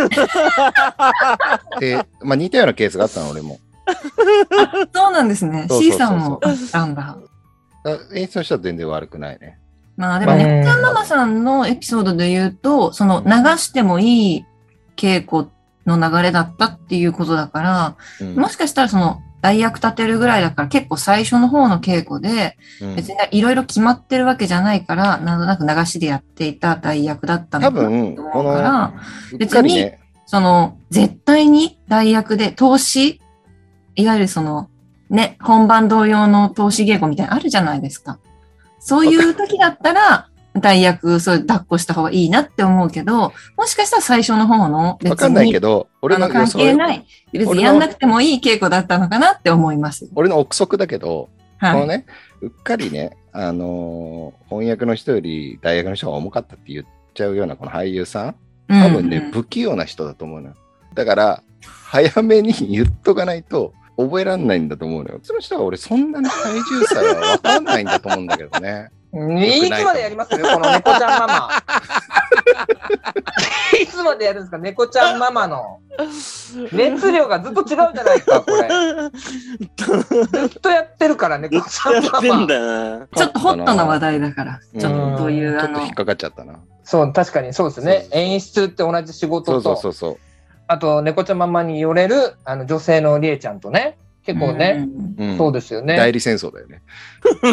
[SPEAKER 1] でまあ似たようなケースがあったの、俺も。
[SPEAKER 2] そうなんですね。
[SPEAKER 1] そうそうそうそう
[SPEAKER 2] C さんもあったんだ。
[SPEAKER 1] だ演出の人は全然悪くないね。
[SPEAKER 2] まあでも
[SPEAKER 4] う
[SPEAKER 2] ね、
[SPEAKER 4] ん
[SPEAKER 2] ちゃんママさんのエピソードで言うと、その流してもいい稽古の流れだったっていうことだから、
[SPEAKER 1] うん
[SPEAKER 2] もしかしたらその代役立てるぐらいだから結構最初の方の稽古で、
[SPEAKER 1] うん
[SPEAKER 2] 別にいろいろ決まってるわけじゃないから、なんとなく流しでやっていた代役だったの
[SPEAKER 1] 多
[SPEAKER 2] かな
[SPEAKER 1] 分、
[SPEAKER 2] と
[SPEAKER 1] こ
[SPEAKER 2] 思う
[SPEAKER 1] の、
[SPEAKER 2] から、
[SPEAKER 1] うっかりね、
[SPEAKER 2] その、絶対に代役で投資、いわゆるその、ね、本番同様の投資稽古みたいなのあるじゃないですか。そういう時だったら、代役、そう、抱っこした方がいいなって思うけど、もしかしたら最初の方の別に、
[SPEAKER 1] わかんないけど、俺
[SPEAKER 2] あ
[SPEAKER 1] の
[SPEAKER 2] の、関係ない、別にやんなくてもいい稽古だったのかなって思います。
[SPEAKER 1] 俺の憶測だけど、この
[SPEAKER 2] はい。
[SPEAKER 1] ね、うっかりね、あのー翻訳の人より大学の人が重かったって言っちゃうようなこの俳優さん、多分ね、
[SPEAKER 2] うん
[SPEAKER 1] 不器用な人だと思うのよ。だから、早めに言っとかないと覚えらんないんだと思うのよ。その人が俺、そんなに体重差がわかんないんだと思うんだけどね。
[SPEAKER 4] いつまでやりますよ、この猫ちゃんママ。 いつまでやるんですか、猫ちゃんママ の。熱量がずっと違うじゃないか、これ。ずっとやってるから、猫ち ゃん
[SPEAKER 3] や
[SPEAKER 4] マ
[SPEAKER 3] ってん
[SPEAKER 4] マ。
[SPEAKER 3] だよ
[SPEAKER 2] ちょっとホットな話題だから、
[SPEAKER 1] うん
[SPEAKER 2] ちょっとそういう、
[SPEAKER 1] ちょ
[SPEAKER 2] あ
[SPEAKER 1] っと
[SPEAKER 2] の
[SPEAKER 1] 引っ、かかっちゃったな。
[SPEAKER 4] そう、確かにそうで
[SPEAKER 1] そ
[SPEAKER 4] す
[SPEAKER 1] う
[SPEAKER 4] ね。
[SPEAKER 1] そう
[SPEAKER 4] 演出って同じ仕
[SPEAKER 1] そ
[SPEAKER 4] 事
[SPEAKER 1] うそう
[SPEAKER 4] と、
[SPEAKER 1] そうそう。
[SPEAKER 4] あと猫ちゃんママによれるあの女性のりえちゃんとね、結構ね、
[SPEAKER 2] うん
[SPEAKER 1] うん
[SPEAKER 4] そうですよね
[SPEAKER 1] 代。理戦争だよね。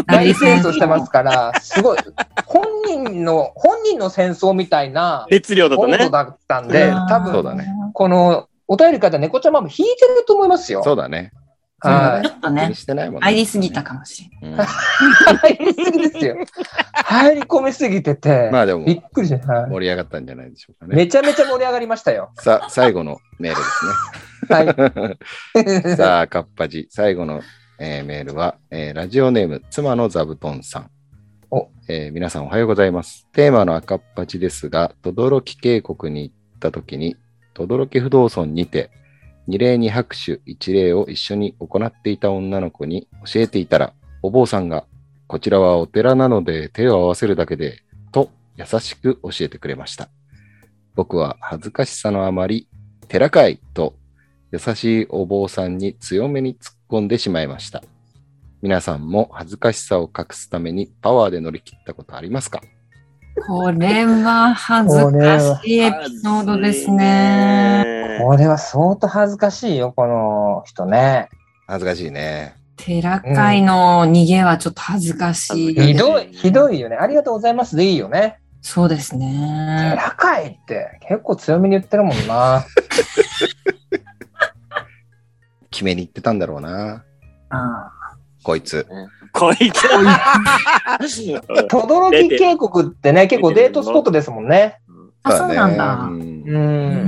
[SPEAKER 4] 大戦争してますから、すごい、本人の、本人の戦争みたいな
[SPEAKER 3] 熱量だと
[SPEAKER 4] 温度
[SPEAKER 3] ね。
[SPEAKER 4] だったん
[SPEAKER 1] ね
[SPEAKER 4] で、多
[SPEAKER 1] そ
[SPEAKER 4] 分
[SPEAKER 1] う、だね。
[SPEAKER 4] このお便り方、猫ちゃんママ引いてると思いますよ。
[SPEAKER 1] そうだね。
[SPEAKER 2] は。
[SPEAKER 4] はい
[SPEAKER 2] ちょっと
[SPEAKER 1] 気
[SPEAKER 2] ね
[SPEAKER 1] に、してないもんね。
[SPEAKER 2] 入りすぎたかもしれない。
[SPEAKER 1] うん。
[SPEAKER 4] 入りすぎですよ。入り込みすぎてて、
[SPEAKER 1] まあでも、
[SPEAKER 4] びっくりして、はい
[SPEAKER 1] 盛り上がったんじゃないでしょうかね。
[SPEAKER 4] めちゃめちゃ盛り上がりましたよ。
[SPEAKER 1] さあ、最後のメール
[SPEAKER 4] はい。
[SPEAKER 1] です ね。さあ、かっぱじ、最後の、えーメールは、えーラジオネーム、妻の座布団さん。
[SPEAKER 4] お
[SPEAKER 1] えー皆さんおはようございます。テーマの赤っ端ですが、轟渓谷に行った時に、轟不動尊にて、二礼二拍手一礼を一緒に行っていた女の子に教えていたら、お坊さんが、こちらはお寺なので手を合わせるだけで、と優しく教えてくれました。僕は恥ずかしさのあまり、寺かいと優しいお坊さんに強めに突っ込んでしまいました。皆さんも恥ずかしさを隠すためにパワーで乗り切ったことありますか
[SPEAKER 2] これは恥ずかしいエピソードですね。
[SPEAKER 4] これは相当恥ずかしいよ、この人ね。
[SPEAKER 1] 恥ずかしいね。
[SPEAKER 2] 寺会の逃げはちょっと恥ずかしい。
[SPEAKER 4] ひどい、ひどいよね。ありがとうございますでいいよね。
[SPEAKER 2] そうですね。
[SPEAKER 4] 寺かいって結構強めに言ってるもんな。
[SPEAKER 1] 決めに行ってたんだろうな。
[SPEAKER 2] あ
[SPEAKER 1] こいつ。
[SPEAKER 3] こいつ。
[SPEAKER 4] とどろき渓谷ってね、結構デートスポットですもんね。
[SPEAKER 2] あ、そうなん
[SPEAKER 1] う
[SPEAKER 2] だ。
[SPEAKER 1] ん
[SPEAKER 4] う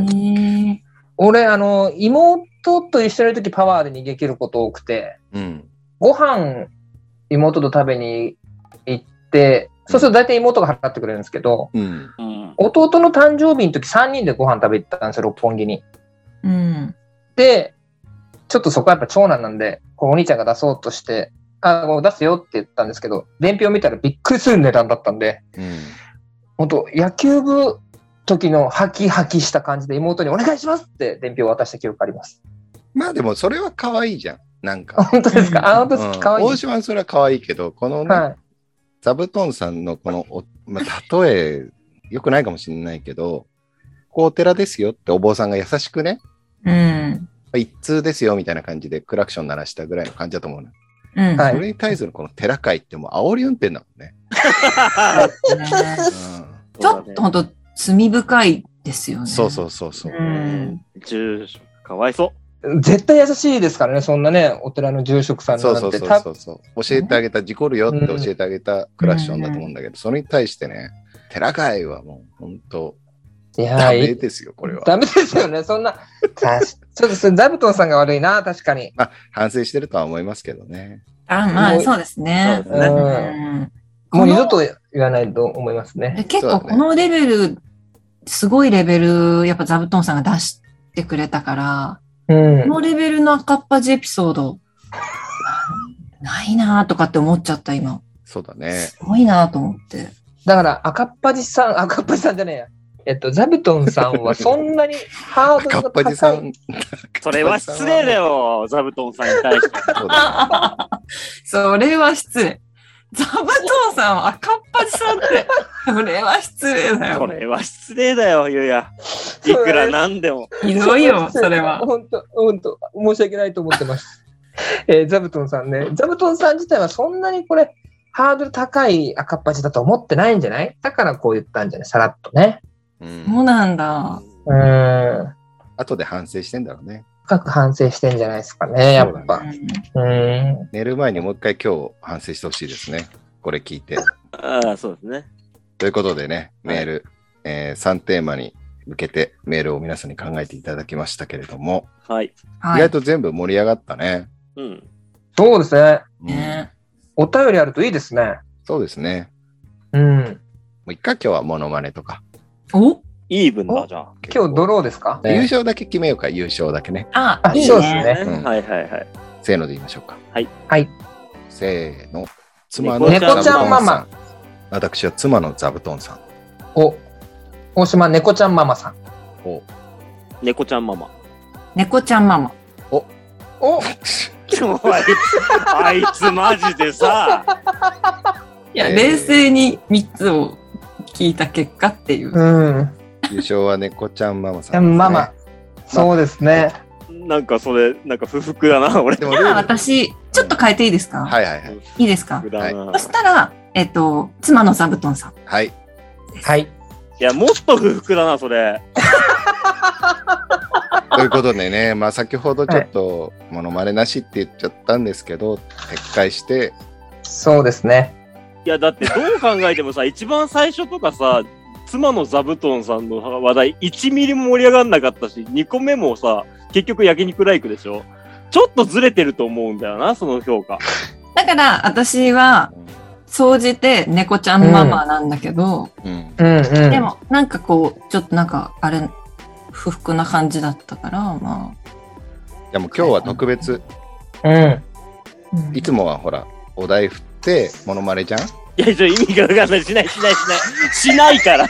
[SPEAKER 4] ん。
[SPEAKER 2] へえ
[SPEAKER 4] 俺、あの、妹と一緒にいる時パワーで逃げ切ること多くて、
[SPEAKER 1] うん。
[SPEAKER 4] ご飯、妹と食べに行って、そうすると大体妹が払ってくれるんですけど、
[SPEAKER 1] うん。
[SPEAKER 3] うん
[SPEAKER 4] 弟の誕生日の時3人でご飯食べ行ったんですよ、六本木に。
[SPEAKER 2] うん。
[SPEAKER 4] で、ちょっとそこはやっぱ長男なんで、こうお兄ちゃんが出そうとして、あ、もう出すよって言ったんですけど、伝票見たらびっくりする値段だったんで、
[SPEAKER 1] うん。
[SPEAKER 4] 本当野球部時のハキハキした感じで妹にお願いしますって伝票を渡した記憶あります。
[SPEAKER 1] まあでもそれは可愛いじゃん。なんか。
[SPEAKER 4] 本当ですか、あ、本当
[SPEAKER 1] う
[SPEAKER 4] ですか
[SPEAKER 1] ん、
[SPEAKER 4] 可愛い
[SPEAKER 1] 大島はそれは可愛いけど、このね、
[SPEAKER 4] はい。
[SPEAKER 1] 座布団さんのこのお、まあ、例え、よくないかもしれないけど、こうお寺ですよってお坊さんが優しくね、
[SPEAKER 2] うん。
[SPEAKER 1] 一通ですよみたいな感じでクラクション鳴らしたぐらいの感じだと思うの、
[SPEAKER 2] うん。
[SPEAKER 4] はい
[SPEAKER 1] それに対するこの寺会ってもう煽り運転だもんね。
[SPEAKER 2] ね
[SPEAKER 1] う
[SPEAKER 2] ちょっと本当罪深いですよね。
[SPEAKER 1] ん、そうそうそうそう。
[SPEAKER 2] うん。
[SPEAKER 3] 住所かわいそ
[SPEAKER 4] 絶対優しいですからね、そんなね、お寺の住職さん
[SPEAKER 1] そ
[SPEAKER 4] な
[SPEAKER 1] うそ
[SPEAKER 4] ん
[SPEAKER 1] う
[SPEAKER 4] て。
[SPEAKER 1] そう
[SPEAKER 4] た
[SPEAKER 1] そうそう。教えてあげた、事故るよって教えてあげたクラッションだと思うんだけど、それに対してね、寺会はもう本当、
[SPEAKER 4] いや
[SPEAKER 1] ダ
[SPEAKER 4] ー
[SPEAKER 1] メ
[SPEAKER 4] い
[SPEAKER 1] ですよ、これは。
[SPEAKER 4] ダメですよね、そんな。確かちょっとそれ座布団さんが悪いな、確かに。
[SPEAKER 1] まあ、反省してるとは思いますけどね。
[SPEAKER 2] あ、ま
[SPEAKER 4] も
[SPEAKER 2] あ、
[SPEAKER 4] う
[SPEAKER 2] そうですね
[SPEAKER 3] そう。
[SPEAKER 4] う
[SPEAKER 3] ね
[SPEAKER 4] ん。
[SPEAKER 2] うん
[SPEAKER 4] もう二度と言わないと思いますね。
[SPEAKER 2] で結
[SPEAKER 1] そうだ
[SPEAKER 2] 構
[SPEAKER 1] ね
[SPEAKER 2] このレベル、すごいレベル、やっぱ座布団さんが出してくれたから、
[SPEAKER 4] うん
[SPEAKER 2] こ。のレベルの赤っ端エピソード、ないなーとかって思っちゃった、今。
[SPEAKER 1] そうだね。
[SPEAKER 2] すごいなーと思って。
[SPEAKER 4] だから赤っ端さん、赤っ端さんじゃねえや。えっと、ザブトンさんはそんなにハード
[SPEAKER 1] 赤
[SPEAKER 4] ル
[SPEAKER 1] っ
[SPEAKER 4] が
[SPEAKER 1] 端さ
[SPEAKER 4] 高
[SPEAKER 1] ん。
[SPEAKER 4] い。
[SPEAKER 3] う。それは失礼だよ、座布団さんに対して。
[SPEAKER 1] そう だね。
[SPEAKER 2] それは失礼。座布団さんは赤っ端さんって、それは失礼だ
[SPEAKER 3] こ
[SPEAKER 2] よ。
[SPEAKER 3] れは失礼だよ、ゆうや。いくらなんでも。
[SPEAKER 2] ひどいよ、それは。
[SPEAKER 4] 本当、本当、申し訳ないと思ってます。 えー、座布団さんね。座布団さん自体はそんなにこれ、ハードル高い赤っ端だと思ってないんじゃないだからこう言ったんじゃないさらっとね。
[SPEAKER 1] うん
[SPEAKER 2] そうなんだ。
[SPEAKER 4] うーん。
[SPEAKER 1] 後で反省してんだろうね。
[SPEAKER 4] 深く反省してんじゃないですかね、やっぱ。う,、ん。
[SPEAKER 1] 寝る前にもう一回今日反省してほしいですね。これ聞いて。
[SPEAKER 3] ああ、そうですね。
[SPEAKER 1] ということでね、
[SPEAKER 3] はい
[SPEAKER 1] メール、え3テーマに向けてメールを皆さんに考えていただきましたけれども、
[SPEAKER 3] はい。
[SPEAKER 2] は
[SPEAKER 1] 意外
[SPEAKER 2] い。
[SPEAKER 1] と全部盛り上がったね。
[SPEAKER 3] うん。
[SPEAKER 4] そうですね。
[SPEAKER 1] うん
[SPEAKER 2] ね、
[SPEAKER 4] お便りあるといいですね。
[SPEAKER 1] そうですね。
[SPEAKER 4] うん。
[SPEAKER 1] もう一回今日はモノマネとか。
[SPEAKER 2] お
[SPEAKER 3] イーブンだ、じゃあ。
[SPEAKER 4] 今日ドローですか、
[SPEAKER 1] 優勝だけ決めようか、優勝だけね。
[SPEAKER 2] あ
[SPEAKER 4] あ、
[SPEAKER 2] いいね。
[SPEAKER 4] そうですね。
[SPEAKER 1] うん
[SPEAKER 3] はいはいはい。
[SPEAKER 1] せーので言いましょうか。
[SPEAKER 3] はい。
[SPEAKER 4] はい。
[SPEAKER 1] せーの。妻の
[SPEAKER 3] 猫ちゃんママ
[SPEAKER 1] 座布団さん私は妻の座布団さん。
[SPEAKER 4] お、大島猫ちゃんママさん。
[SPEAKER 1] お
[SPEAKER 3] 猫ちゃんママ。
[SPEAKER 2] 猫ちゃんママ。
[SPEAKER 4] お、
[SPEAKER 3] もうあいつ、あいつマジでさ。
[SPEAKER 2] いや、
[SPEAKER 1] えー
[SPEAKER 2] 冷静に3つを聞いた結果っていう。
[SPEAKER 4] うん。
[SPEAKER 1] 優勝は猫ちゃんママさんですね、
[SPEAKER 4] ママ。そうですね。
[SPEAKER 3] なんかそれ、なんか不服だな、俺。
[SPEAKER 1] でも
[SPEAKER 2] じ
[SPEAKER 1] ルー
[SPEAKER 2] ゃあ
[SPEAKER 1] ル
[SPEAKER 2] 私、ちょっと変えていいですか、
[SPEAKER 1] はいはいはい。
[SPEAKER 2] いいですか
[SPEAKER 3] 不服だな。
[SPEAKER 2] そしたら、えっ、と、妻の座布団さん。
[SPEAKER 1] はい。
[SPEAKER 4] はい。
[SPEAKER 3] いや、もっと不服だな、それ。
[SPEAKER 1] ということでね、 まあ先ほどちょっとモノマネなしって言っちゃったんですけど、撤回して、
[SPEAKER 4] そうですね。
[SPEAKER 3] いや、だってどう考えてもさ、一番最初とかさ、妻の座布団さんの話題、1ミリも盛り上がんなかったし、2個目もさ、結局焼肉ライクでしょちょっとずれてると思うんだよな、その評価。
[SPEAKER 2] だから、私は、総じて猫ちゃんママなんだけど、
[SPEAKER 1] うん。
[SPEAKER 4] うんうん。
[SPEAKER 2] でも、なんかこう、ちょっとなんか、あれ、不服な感じだったから、ま
[SPEAKER 1] でもう今日は特別、
[SPEAKER 4] うん。
[SPEAKER 2] あ。うん
[SPEAKER 1] いつもはほら、お題振ってモノマネじゃん
[SPEAKER 3] いや、ちょ、意味がわかんない。しない、しない、しない。しないから。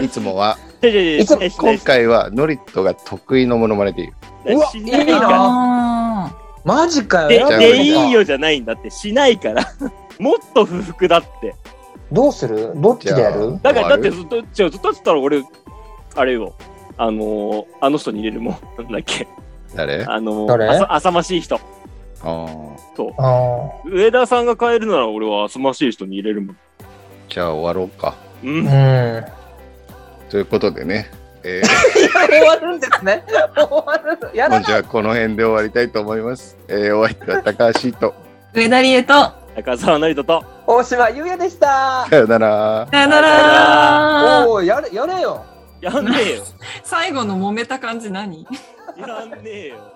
[SPEAKER 1] いつもは、
[SPEAKER 3] いやいやいや
[SPEAKER 4] いつ も
[SPEAKER 3] しないしな
[SPEAKER 1] 今
[SPEAKER 3] いし
[SPEAKER 1] 回はノリットが得意のモノマネでいい。
[SPEAKER 3] ないう
[SPEAKER 4] わ
[SPEAKER 3] しない
[SPEAKER 4] いいな
[SPEAKER 2] あ
[SPEAKER 4] マジか
[SPEAKER 3] で
[SPEAKER 4] よ。選ぶのか
[SPEAKER 3] でいいよじゃないんだって、しないから。もっと不服だって。
[SPEAKER 4] どうするどっちでや
[SPEAKER 1] じゃあ
[SPEAKER 4] る
[SPEAKER 3] だから、だって
[SPEAKER 1] 終わ
[SPEAKER 3] ずっと、違う、ずっとってたら俺、あれよ。あのー、あの人に入れるもん。 なんだっけ。
[SPEAKER 1] 誰あ
[SPEAKER 3] あの
[SPEAKER 4] 誰
[SPEAKER 3] ー、あさ浅ましい人。
[SPEAKER 1] あ。
[SPEAKER 3] そう。
[SPEAKER 4] ああ。
[SPEAKER 3] 上田さんが変えるなら俺はすましい人に入れるもん。
[SPEAKER 1] じゃあ終わろうか。
[SPEAKER 3] うん。
[SPEAKER 4] うん。
[SPEAKER 3] い
[SPEAKER 1] ということでね、え
[SPEAKER 4] 終わるんですね。 終わる。や
[SPEAKER 1] ー、
[SPEAKER 4] だ
[SPEAKER 1] 本日はこの辺で終わりたいと思います。えー、お相手は高橋と、
[SPEAKER 2] ー上田理恵と、さ
[SPEAKER 3] 中澤成人と。
[SPEAKER 4] 大島優也でした。
[SPEAKER 1] さよなら。
[SPEAKER 2] よなら
[SPEAKER 4] おお、やれ、やれよ。
[SPEAKER 3] やんねえよ。
[SPEAKER 2] 最後の揉めた感じ何
[SPEAKER 3] やんねえよ。